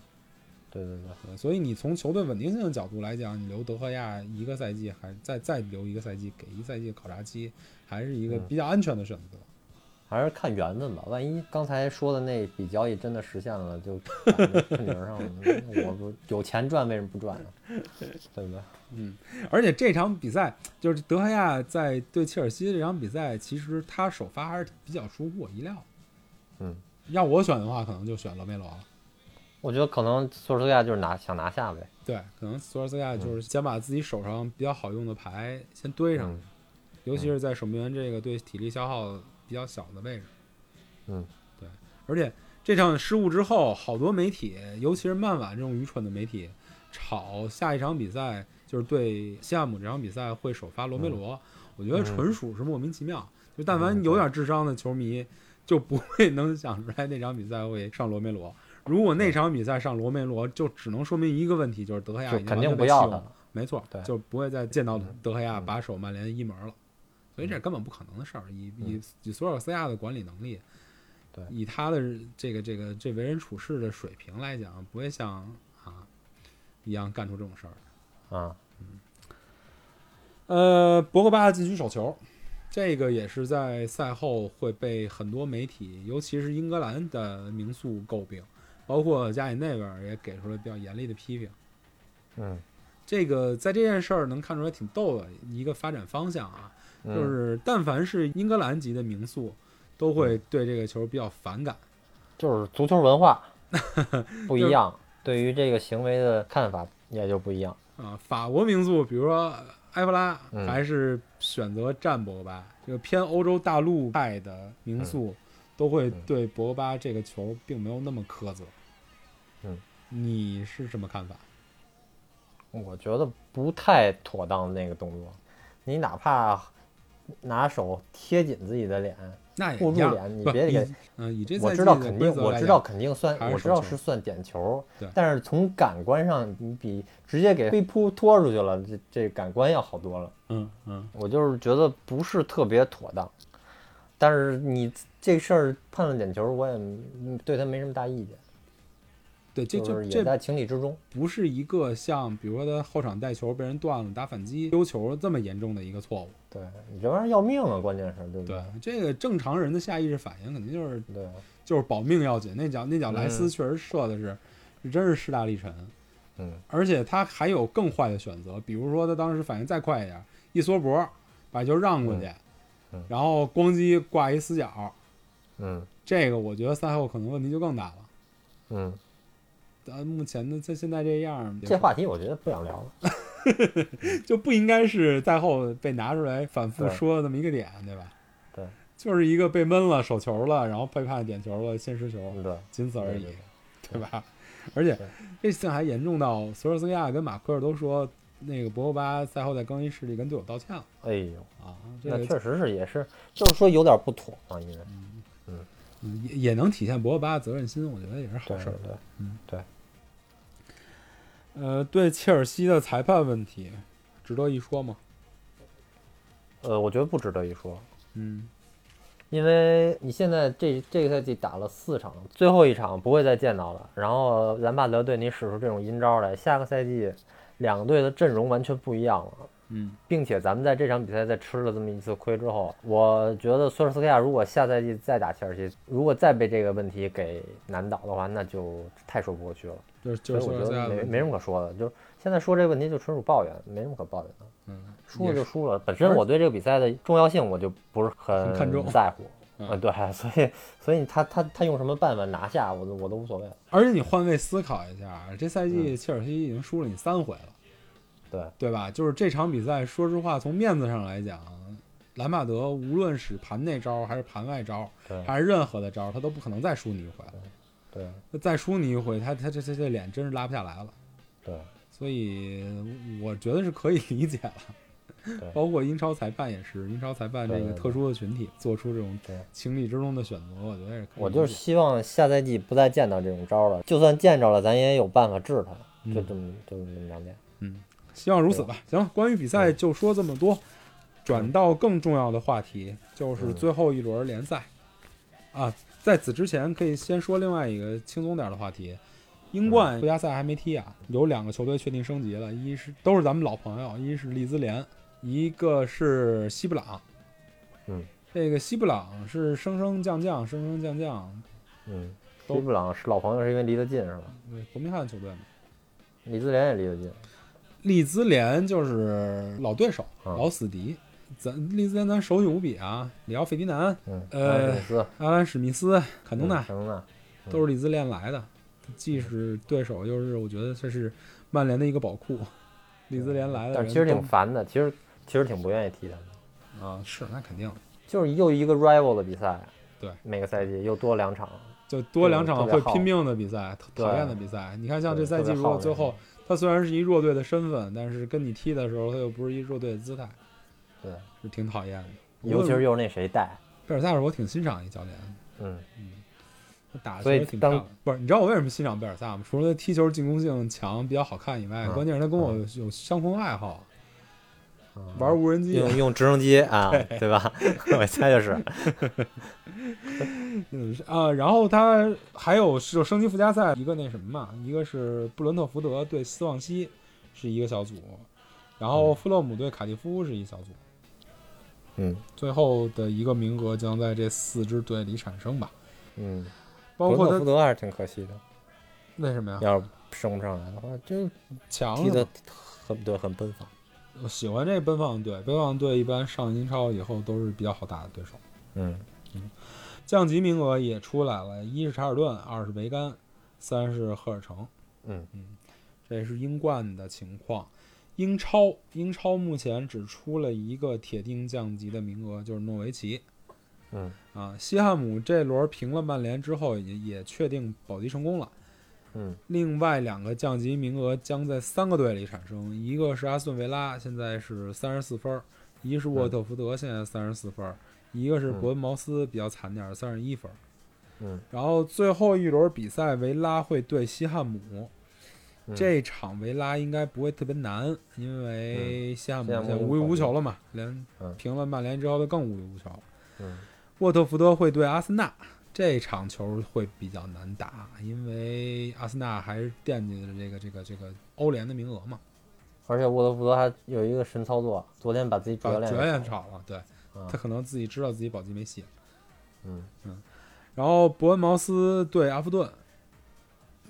Speaker 2: 对对对，
Speaker 1: 对呃所以你从球队稳定性的角度来讲，你留德赫亚一个赛季还，再再留一个赛季，给一个赛季的考察期，还是一个
Speaker 2: 嗯
Speaker 1: 比较安全的选择。
Speaker 2: 还是看缘分吧。万一刚才说的那笔交易真的实现了，就 [LAUGHS] 赶着顺流上了。那我不有钱赚，为什么不赚呢？对不对？
Speaker 1: 嗯，而且这场比赛就是德赫亚在对切尔西这场比赛，其实他首发还是比较出乎我意料的。
Speaker 2: 嗯，
Speaker 1: 要我选的话，可能就选罗梅罗了。
Speaker 2: 我觉得可能索尔斯克亚就是拿想拿下呗。
Speaker 1: 对，可能索尔斯克亚就是先把自己手上比较好用的牌先堆上，
Speaker 2: 嗯
Speaker 1: 尤其是在守门员这个对体力消耗比较小的位置。
Speaker 2: 嗯，
Speaker 1: 对，而且这场失误之后，好多媒体，尤其是曼晚这种愚蠢的媒体，炒下一场比赛就是对西汉姆这场比赛会首发罗梅罗，我觉得纯属是莫名其妙。就但凡有点智商的球迷，就不会能想出来那场比赛会上罗梅罗。如果那场比赛上罗梅罗，就只能说明一个问题，就是德赫亚
Speaker 2: 就
Speaker 1: 已经
Speaker 2: 肯
Speaker 1: 完
Speaker 2: 定
Speaker 1: 全
Speaker 2: 不
Speaker 1: 被
Speaker 2: 要
Speaker 1: 弃
Speaker 2: 他
Speaker 1: 用
Speaker 2: 了。
Speaker 1: 没错，
Speaker 2: 对
Speaker 1: 就不会再见到
Speaker 2: 嗯
Speaker 1: 德赫亚
Speaker 2: 嗯
Speaker 1: 把守曼联一门了，所以这根本不可能的事儿。以以
Speaker 2: 嗯
Speaker 1: 以索尔斯克亚的管理能力，
Speaker 2: 对
Speaker 1: 以他的这个这个这为人处事的水平来讲，不会像啊一样干出这种事儿。
Speaker 2: 啊，
Speaker 1: 呃，博格巴禁区手球，这个也是在赛后会被很多媒体，尤其是英格兰的名宿诟病，包括加里内维尔也给出了比较严厉的批评。
Speaker 2: 嗯，
Speaker 1: 这个在这件事儿能看出来挺逗的一个发展方向啊，
Speaker 2: 嗯
Speaker 1: 就是但凡是英格兰籍的名宿，都会对这个球比较反感。
Speaker 2: 就是足球
Speaker 1: [LAUGHS]
Speaker 2: 文化不一样，对于这个行为的看法也就不一样。
Speaker 1: 啊，法国民族，比如说埃弗拉，
Speaker 2: 嗯
Speaker 1: 还是选择战博格巴，这个偏欧洲大陆派的
Speaker 2: 嗯
Speaker 1: 民宿，都会对博格巴这个球并没有那么苛责。
Speaker 2: 嗯，
Speaker 1: 你是什么看法？
Speaker 2: 我觉得不太妥当那个动作，你哪怕拿手贴紧自己的脸，
Speaker 1: 那也
Speaker 2: 护
Speaker 1: 一
Speaker 2: 住
Speaker 1: 样，
Speaker 2: 脸，你
Speaker 1: 不
Speaker 2: 别给
Speaker 1: 以。嗯，以这
Speaker 2: 我
Speaker 1: 赛季
Speaker 2: 知道
Speaker 1: 的
Speaker 2: 肯
Speaker 1: 规
Speaker 2: 定，
Speaker 1: 则
Speaker 2: 我
Speaker 1: 来
Speaker 2: 知
Speaker 1: 讲
Speaker 2: 道肯定算
Speaker 1: 还，是
Speaker 2: 我知道
Speaker 1: 手球
Speaker 2: 是算点球
Speaker 1: 对，
Speaker 2: 但是从感官上，你比直接给飞扑拖出去了，这这感官要好多了。
Speaker 1: 嗯嗯，
Speaker 2: 我就是觉得不是特别妥当，但是你这事儿判了点球，我也嗯对他没什么大意见，
Speaker 1: 对，这
Speaker 2: 就
Speaker 1: 就是
Speaker 2: 也
Speaker 1: 这
Speaker 2: 在情理之中。
Speaker 1: 不是一个像比如说他后场带球被人断了、打反击、丢球这么严重的一个错误。
Speaker 2: 对你这玩意儿要命啊，关键是，对不
Speaker 1: 对
Speaker 2: 对？，
Speaker 1: 这个正常人的下意识反应肯定就是
Speaker 2: 对，
Speaker 1: 就是保命要紧。那脚那脚莱斯
Speaker 2: 嗯
Speaker 1: 确实射的是，是真是势大力沉，
Speaker 2: 嗯，
Speaker 1: 而且他还有更坏的选择，比如说他当时反应再快一点，一缩脖把球让过去，
Speaker 2: 嗯嗯
Speaker 1: 然后咣叽挂一死角，
Speaker 2: 嗯
Speaker 1: 这个我觉得赛后可能问题就更大了。
Speaker 2: 嗯，
Speaker 1: 但目前的他现在这样，
Speaker 2: 这话题我觉得不想聊了。
Speaker 1: 就不应该是赛后被拿出来反复
Speaker 2: 对
Speaker 1: 说的那么一个点，对吧？
Speaker 2: 对，
Speaker 1: 就是一个被闷了手球了，然后被判点球了，先失球，
Speaker 2: 对，
Speaker 1: 仅此嗯而已。
Speaker 2: 嗯对对对
Speaker 1: 对吧？而且
Speaker 2: 对
Speaker 1: 这事情还严重到索尔斯克亚跟马奎尔都说，那个博格巴赛后在更衣室里跟队友道歉了
Speaker 2: 哎呦，
Speaker 1: 啊，这
Speaker 2: 那
Speaker 1: 个
Speaker 2: 确实是也是，就是说有点不妥嘛，因为
Speaker 1: 嗯也也能体现博格巴的责任心，我觉得也是好
Speaker 2: 对
Speaker 1: 事
Speaker 2: 对
Speaker 1: 儿。
Speaker 2: 对，
Speaker 1: 呃，对切尔西的裁判问题，值得一说吗？
Speaker 2: 呃，我觉得不值得一说。
Speaker 1: 嗯
Speaker 2: 因为你现在这这个赛季打了四场，最后一场不会再见到了。然后兰帕德对你使出这种阴招来，下个赛季两个队的阵容完全不一样了，
Speaker 1: 嗯
Speaker 2: 并且咱们在这场比赛再吃了这么一次亏之后，我觉得索尔斯克亚如果下赛季再打切尔西，如果再被这个问题给难倒的话，那就太说不过去了。
Speaker 1: 就是
Speaker 2: 所
Speaker 1: 就
Speaker 2: 以
Speaker 1: 是索
Speaker 2: 我
Speaker 1: 尔斯
Speaker 2: 觉
Speaker 1: 克亚的
Speaker 2: 得没
Speaker 1: 问题
Speaker 2: 没什么可说的，就是现在说这个问题就纯属抱怨，没什么可抱怨的。
Speaker 1: 嗯，
Speaker 2: 输
Speaker 1: 也
Speaker 2: 了就是输了，本身我对这个比赛的重要性我就不是很
Speaker 1: 很看重
Speaker 2: 在乎，
Speaker 1: 嗯
Speaker 2: 啊，对， [LAUGHS] 所以所以他他他用什么办法拿下我都我都无所谓了，
Speaker 1: 而且你换位思考一下啊，这赛
Speaker 2: 嗯
Speaker 1: 季切尔西已经输了你三回了，
Speaker 2: 对
Speaker 1: 对吧？就是这场比赛，说实话，从面子上来讲，兰帕德无论使盘内招还是盘外招，
Speaker 2: 对
Speaker 1: 还是任何的招，他都不可能再输你一回了。
Speaker 2: 对
Speaker 1: 那再输你一回，他他这这这脸真是拉不下来了。
Speaker 2: 对，
Speaker 1: [LAUGHS] 所以我觉得是可以理解了。包括英超裁判也是，英超裁判这
Speaker 2: 对
Speaker 1: 个
Speaker 2: 对对
Speaker 1: 特殊的群体做出这种
Speaker 2: 对
Speaker 1: 情理之中的选择，我觉得也是可以理解。
Speaker 2: 我就是希望下赛季不再见到这种招儿了，就算见着了，咱也有办法治他，就
Speaker 1: 嗯
Speaker 2: 这么就这么两点。
Speaker 1: 希望如此吧。行了，关于比赛就说这么多，转到更重要的话题，就是最后一轮联赛。啊，在此之前可以先说另外一个轻松点的话题。英冠附加赛还没踢啊，有两个球队确定升级了，一是都是咱们老朋友，一是利兹联，一个是西布朗。
Speaker 2: 嗯，
Speaker 1: 这个西布朗是升升降降，升升降降，
Speaker 2: 嗯，
Speaker 1: 都
Speaker 2: 西布朗是老朋友，是因为离得近是吧？
Speaker 1: 呃伯明翰球队嘛。
Speaker 2: 李自联也离得近，
Speaker 1: 利兹联就是老对手，
Speaker 2: 嗯
Speaker 1: 老死敌。咱利兹联咱手底无比啊，里奥费迪南、
Speaker 2: 嗯，
Speaker 1: 呃
Speaker 2: 莱斯、
Speaker 1: 阿兰史密斯、坎通纳
Speaker 2: 肯东纳，
Speaker 1: 都是利兹联来的，既是对手，又是我觉得这是曼联的一个宝库。利兹联来的
Speaker 2: 嗯但
Speaker 1: 人
Speaker 2: 是其实
Speaker 1: 都
Speaker 2: 挺嗯烦的，其实其实挺不愿意踢他们的，
Speaker 1: 啊，是那肯定
Speaker 2: 就是又一个 rival 的比赛，
Speaker 1: 对，
Speaker 2: 每个赛季又多两场，
Speaker 1: 就多两场
Speaker 2: 特别
Speaker 1: 会
Speaker 2: 好
Speaker 1: 拼命的比赛，讨
Speaker 2: 对
Speaker 1: 讨厌的比赛。你看，像这
Speaker 2: 对
Speaker 1: 赛季
Speaker 2: 特别
Speaker 1: 如果
Speaker 2: 耗
Speaker 1: 最
Speaker 2: 人
Speaker 1: 后他虽然是一弱队的身份，但是跟你踢的时候他又不是一弱队的姿态，
Speaker 2: 对，
Speaker 1: 是挺讨厌的。
Speaker 2: 尤其是又是那谁带，
Speaker 1: 贝尔萨尔，我挺欣赏一教练，
Speaker 2: 嗯，
Speaker 1: 打的
Speaker 2: 所以
Speaker 1: 确实挺漂
Speaker 2: 当
Speaker 1: 亮。不是，你知道我为什么欣赏贝尔萨吗？除了他踢球进攻性强、比较好看以外，
Speaker 2: 嗯
Speaker 1: 关键是他跟我有相同爱好，
Speaker 2: 嗯
Speaker 1: 玩无人机。
Speaker 2: 用用直升机啊，对吧？ [LAUGHS] 我猜就是，
Speaker 1: 嗯啊，然后他还有就升级附加赛一个那什么嘛，一个是布伦特福德对斯旺西是一个小组，然后富勒姆对卡蒂夫是一小组。
Speaker 2: 嗯
Speaker 1: 最后的一个名额将在这四支队里产生吧，
Speaker 2: 嗯，
Speaker 1: 包括
Speaker 2: 伦特福
Speaker 1: 他
Speaker 2: 德还是挺可惜的，
Speaker 1: 为什么呀？
Speaker 2: 要是升不上来的话，就
Speaker 1: 强
Speaker 2: 踢
Speaker 1: 是吧
Speaker 2: 得很对，很奔放。
Speaker 1: 我喜欢这奔放队，奔放队一般上英超以后都是比较好打的对手。
Speaker 2: 嗯
Speaker 1: 降级名额也出来了，一是查尔顿，二是维甘，三是赫尔城。
Speaker 2: 嗯
Speaker 1: 这是英冠的情况。英超，英超目前只出了一个铁定降级的名额，就是诺维奇
Speaker 2: 嗯
Speaker 1: 啊。西汉姆这轮平了曼联之后也，也确定保级成功了。
Speaker 2: 嗯
Speaker 1: 另外两个降级名额将在三个队里产生，一个是阿斯顿维拉，现在是三十四分儿；一是沃特福
Speaker 2: 嗯
Speaker 1: 德，现在三十四分儿；一个是伯恩茅斯，比较惨点儿，三十一分儿。
Speaker 2: 嗯，
Speaker 1: 然后最后一轮比赛，维拉会对西汉姆。
Speaker 2: 嗯
Speaker 1: 这场维拉应该不会特别难，因为西汉姆
Speaker 2: 西汉
Speaker 1: 现
Speaker 2: 嗯姆
Speaker 1: 在无欲无求了嘛，连
Speaker 2: 嗯
Speaker 1: 平了曼联之后就更无欲无求了。
Speaker 2: 嗯
Speaker 1: 沃特福德会对阿森纳，这场球会比较难打，因为阿森纳还是惦记着这个这个这个欧联的名额嘛，
Speaker 2: 而且沃德福德还有一个神操作，昨天把自己
Speaker 1: 把
Speaker 2: 折
Speaker 1: 绝
Speaker 2: 练
Speaker 1: 缘
Speaker 2: 了。
Speaker 1: 炒了，对
Speaker 2: 嗯
Speaker 1: 他可能自己知道自己保级没戏了。
Speaker 2: 嗯
Speaker 1: 然后伯恩茅斯对阿弗顿，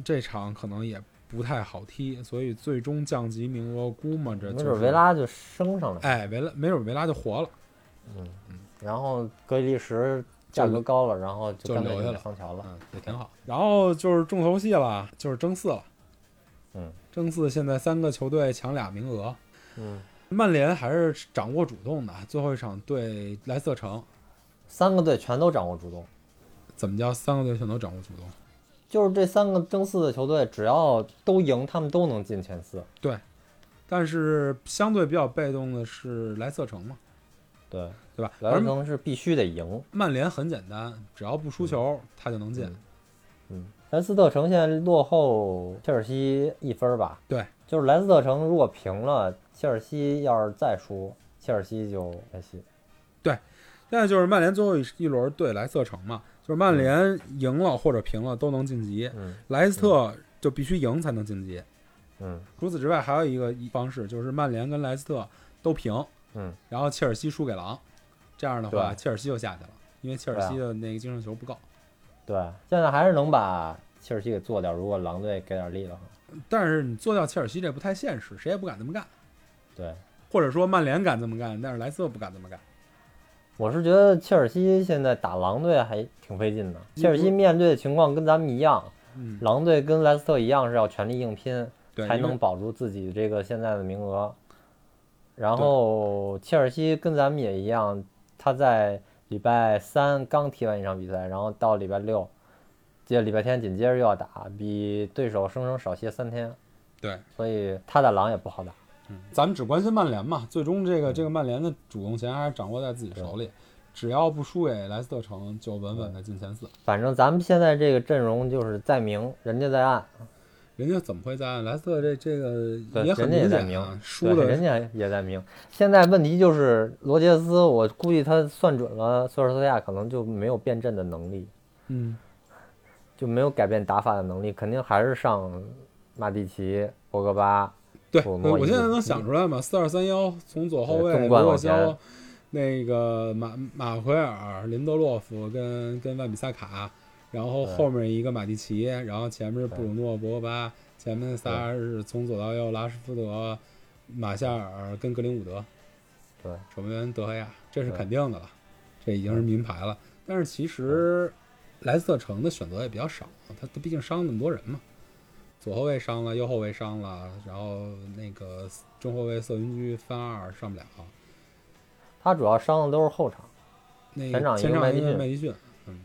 Speaker 1: 这场可能也不太好踢，所以最终降级名额估摸着
Speaker 2: 没
Speaker 1: 就是
Speaker 2: 准维，拉就升上来，
Speaker 1: 哎，维拉没准维拉就活了，
Speaker 2: 然后格里利什价格高了，然后
Speaker 1: 就
Speaker 2: 干脆
Speaker 1: 留下
Speaker 2: 给
Speaker 1: 了
Speaker 2: 桑乔了。
Speaker 1: 嗯，也挺好。然后就是重头戏了，就是争四了，
Speaker 2: 嗯，
Speaker 1: 争四现在三个球队抢俩名额，
Speaker 2: 嗯，
Speaker 1: 曼联还是掌握主动的，最后一场对莱斯特城，
Speaker 2: 三个队全都掌握主动，
Speaker 1: 怎么叫三个队全都掌握主动？
Speaker 2: 就是这三个争四的球队，只要都赢，他们都能进前四。
Speaker 1: 但是相对比较被动的是莱斯特城嘛，
Speaker 2: 对，
Speaker 1: 对吧？
Speaker 2: 莱
Speaker 1: 而
Speaker 2: 斯城是必须得赢。
Speaker 1: 曼联很简单，只要不输球，他就能进。
Speaker 2: 嗯，莱斯特城现在落后切尔西一分儿吧？
Speaker 1: 对，
Speaker 2: 就是莱斯特城如果平了，切尔西要是再输，切尔西就开西。
Speaker 1: 现在就是曼联最后一一轮对莱斯特城嘛，就是曼联赢了或者平了都能晋级，
Speaker 2: 嗯
Speaker 1: 莱斯特就必须赢才能晋级。
Speaker 2: 嗯
Speaker 1: 除此之外，还有一个一方式就是曼联跟莱斯特都平，
Speaker 2: 嗯，
Speaker 1: 然后切尔西输给狼，这样的话
Speaker 2: 对啊
Speaker 1: 切尔西就下去了，因为切尔西的那个净胜球不够。
Speaker 2: 对，现在还是能把切尔西给做掉。如果狼队给点力的话，
Speaker 1: 但是你做到切尔西这不太现实，谁也不敢这么干，
Speaker 2: 对，
Speaker 1: 或者说曼联敢这么干，但是莱斯特不敢这么干。
Speaker 2: 我是觉得切尔西现在打狼队还挺费劲的。切尔西面对的情况跟咱们一样，
Speaker 1: 嗯，
Speaker 2: 狼队跟莱斯特一样是要全力硬拼，
Speaker 1: 对，
Speaker 2: 才
Speaker 1: 因为
Speaker 2: 能保住自己这个现在的名额。然后切尔西跟咱们也一样，他在礼拜三刚踢完一场比赛，然后到礼拜六，接礼拜天紧接着又要打，比对手生生少歇三天，
Speaker 1: 对
Speaker 2: 所以他的狼也不好打。
Speaker 1: 咱们只关心曼联嘛，最终这
Speaker 2: 嗯
Speaker 1: 个这个曼联的主动权还是掌握在自己手里，只要不输给莱斯特城，就稳稳的进前四。
Speaker 2: 反正咱们现在这个阵容就是在明，人家在暗，
Speaker 1: 人家怎么会在暗莱斯特这这个
Speaker 2: 对，
Speaker 1: 也很
Speaker 2: 人家
Speaker 1: 明
Speaker 2: 也在
Speaker 1: 显
Speaker 2: 明
Speaker 1: 啊，，
Speaker 2: 对
Speaker 1: 输的
Speaker 2: 人家也在明。现在问题就是罗杰斯，我估计他算准了索尔斯克亚可能就没有变阵的能力，
Speaker 1: 嗯
Speaker 2: 就没有改变打法的能力，肯定还是上马蒂奇、博格巴。
Speaker 1: 对，
Speaker 2: 我
Speaker 1: 我
Speaker 2: 我
Speaker 1: 我
Speaker 2: 一
Speaker 1: 现在
Speaker 2: 直
Speaker 1: 能想出来嘛？四二三幺，从左后
Speaker 2: 对
Speaker 1: 卫
Speaker 2: 中
Speaker 1: 罗
Speaker 2: 冠
Speaker 1: 沃
Speaker 2: 往前
Speaker 1: 肖，那个马马奎尔、林德洛夫跟跟万比萨卡，然后
Speaker 2: 对
Speaker 1: 后面一个马蒂奇，然后前面是布
Speaker 2: 对
Speaker 1: 鲁诺、博格巴，前面仨是从左到右拉什福德、马夏尔跟格林伍德，
Speaker 2: 对，
Speaker 1: 守门员德赫亚，这是
Speaker 2: 对
Speaker 1: 肯定的了，这已经是名牌了。但是其实莱斯特城的选择也比较少，他他毕竟伤那么多人嘛。左后卫伤了，右后卫伤了，然后那个中后卫瑟云居翻二上不了，
Speaker 2: 他主要伤的都是后场
Speaker 1: 那
Speaker 2: 前场
Speaker 1: 个前场
Speaker 2: 一个麦
Speaker 1: 一
Speaker 2: 迪
Speaker 1: 个
Speaker 2: 逊
Speaker 1: 麦迪逊，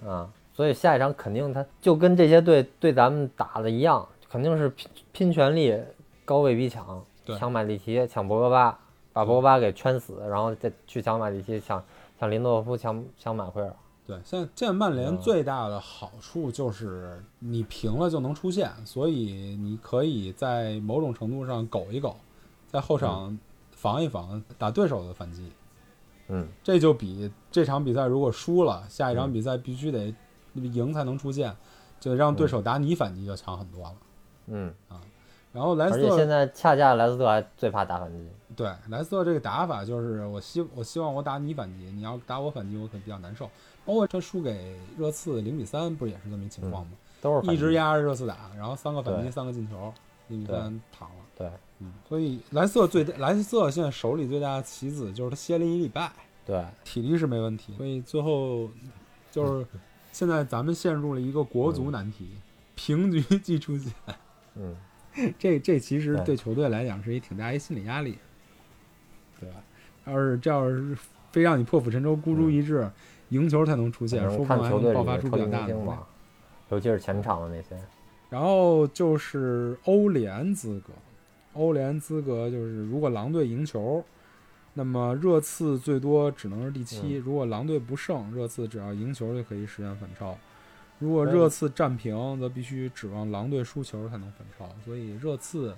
Speaker 2: 啊，所以下一场肯定他就跟这些队对咱们打的一样，肯定是拼拼全力，高位逼抢
Speaker 1: 对，
Speaker 2: 抢马蒂奇，抢博格巴，把博格巴给圈死，然后再去抢马蒂奇，抢抢林诺夫，抢抢马奎尔。
Speaker 1: 对，现在现在曼联
Speaker 2: 嗯
Speaker 1: 最大的好处就是你平了就能出线，所以你可以在某种程度上苟一苟，在后场防一防打对手的反击，
Speaker 2: 嗯，
Speaker 1: 这就比这场比赛如果输了，下一场比赛必须得赢才能出线，就让对手打你反击就强很多了。
Speaker 2: 嗯，
Speaker 1: 然后莱
Speaker 2: 而
Speaker 1: 斯
Speaker 2: 且
Speaker 1: 特
Speaker 2: 现在恰恰莱斯特还最怕打反击。
Speaker 1: 对莱斯特这个打法就是，我希我希望我打你反击，你要打我反击，我可比较难受。包括这输给热刺零比三，不是也是这么一情况吗？
Speaker 2: 嗯都是反击
Speaker 1: 一直压着热刺打，然后三个反击，
Speaker 2: 对
Speaker 1: 三个进球，零比
Speaker 2: 对
Speaker 1: 三躺了。
Speaker 2: 对
Speaker 1: 嗯，所以莱斯特最大莱斯特现在手里最大的棋子就是他歇了一礼拜，
Speaker 2: 对
Speaker 1: 体力是没问题，所以最后就是现在咱们陷入了一个国足难题，平局即出线。
Speaker 2: 嗯
Speaker 1: [LAUGHS] 这这其实
Speaker 2: 对
Speaker 1: 对球队来讲是一挺大一心理压力，对吧？要是这要是非让你破釜沉舟、孤注一掷，赢球才能出
Speaker 2: 可
Speaker 1: 现，说不
Speaker 2: 能
Speaker 1: 定
Speaker 2: 嗯看
Speaker 1: 还
Speaker 2: 球
Speaker 1: 能
Speaker 2: 队里
Speaker 1: 爆发
Speaker 2: 面
Speaker 1: 出
Speaker 2: 超
Speaker 1: 比
Speaker 2: 级
Speaker 1: 较大
Speaker 2: 明
Speaker 1: 的
Speaker 2: 星
Speaker 1: 能量
Speaker 2: 吧，尤其是前场的那些。
Speaker 1: 然后就是欧联资格，欧联资格就是如果狼队赢球，那么热刺最多只能是第
Speaker 2: 嗯
Speaker 1: 七；如果狼队不胜，热刺只要赢球就可以实现反超。如果
Speaker 2: 嗯
Speaker 1: 热刺战平，则必须指望狼队输球才能反超。所以热刺，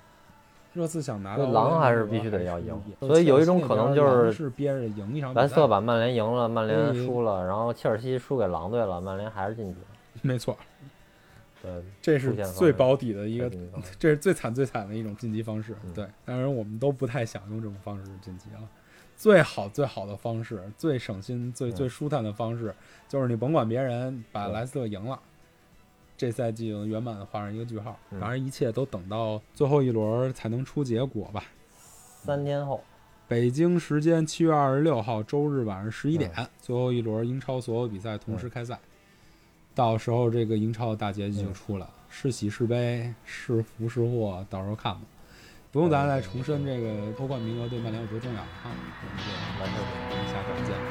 Speaker 1: 热刺想拿到
Speaker 2: 对狼
Speaker 1: 欧联
Speaker 2: 还
Speaker 1: 资
Speaker 2: 是
Speaker 1: 格
Speaker 2: 必须得要赢
Speaker 1: 是
Speaker 2: 所以有一种
Speaker 1: 切尔西
Speaker 2: 可能
Speaker 1: 那边
Speaker 2: 就是
Speaker 1: 狼是憋着赢一场比
Speaker 2: 莱斯特
Speaker 1: 赛，
Speaker 2: 把曼联赢了，曼联
Speaker 1: 嗯
Speaker 2: 输了，然后切尔西输给狼队了，曼联还是晋级。
Speaker 1: 没错，
Speaker 2: 对，
Speaker 1: 这是
Speaker 2: 出现方
Speaker 1: 最
Speaker 2: 式
Speaker 1: 保底的一个
Speaker 2: 这地方
Speaker 1: [LAUGHS] 这是最惨最惨的一种晋级方式。
Speaker 2: 嗯
Speaker 1: 对，当然我们都不太想用这种方式晋级了。啊最好最好的方式，最省心、最
Speaker 2: 嗯
Speaker 1: 最舒坦的方式，就是你甭管别人，把
Speaker 2: 对
Speaker 1: 莱斯特赢了，这赛季就圆满画上一个句号。
Speaker 2: 嗯
Speaker 1: 当然，一切都等到最后一轮才能出结果吧。
Speaker 2: 三天后，
Speaker 1: 北京时间七月二十六号周日晚上十一点，最后一轮英超所有比赛同时开赛。到时候这个英超的大结局就出来了，是喜是悲，是福是祸，到时候看吧。不用咱再重申这个欧冠名额对曼联有多重要了啊！我们
Speaker 2: 完事儿。
Speaker 1: 就下场见。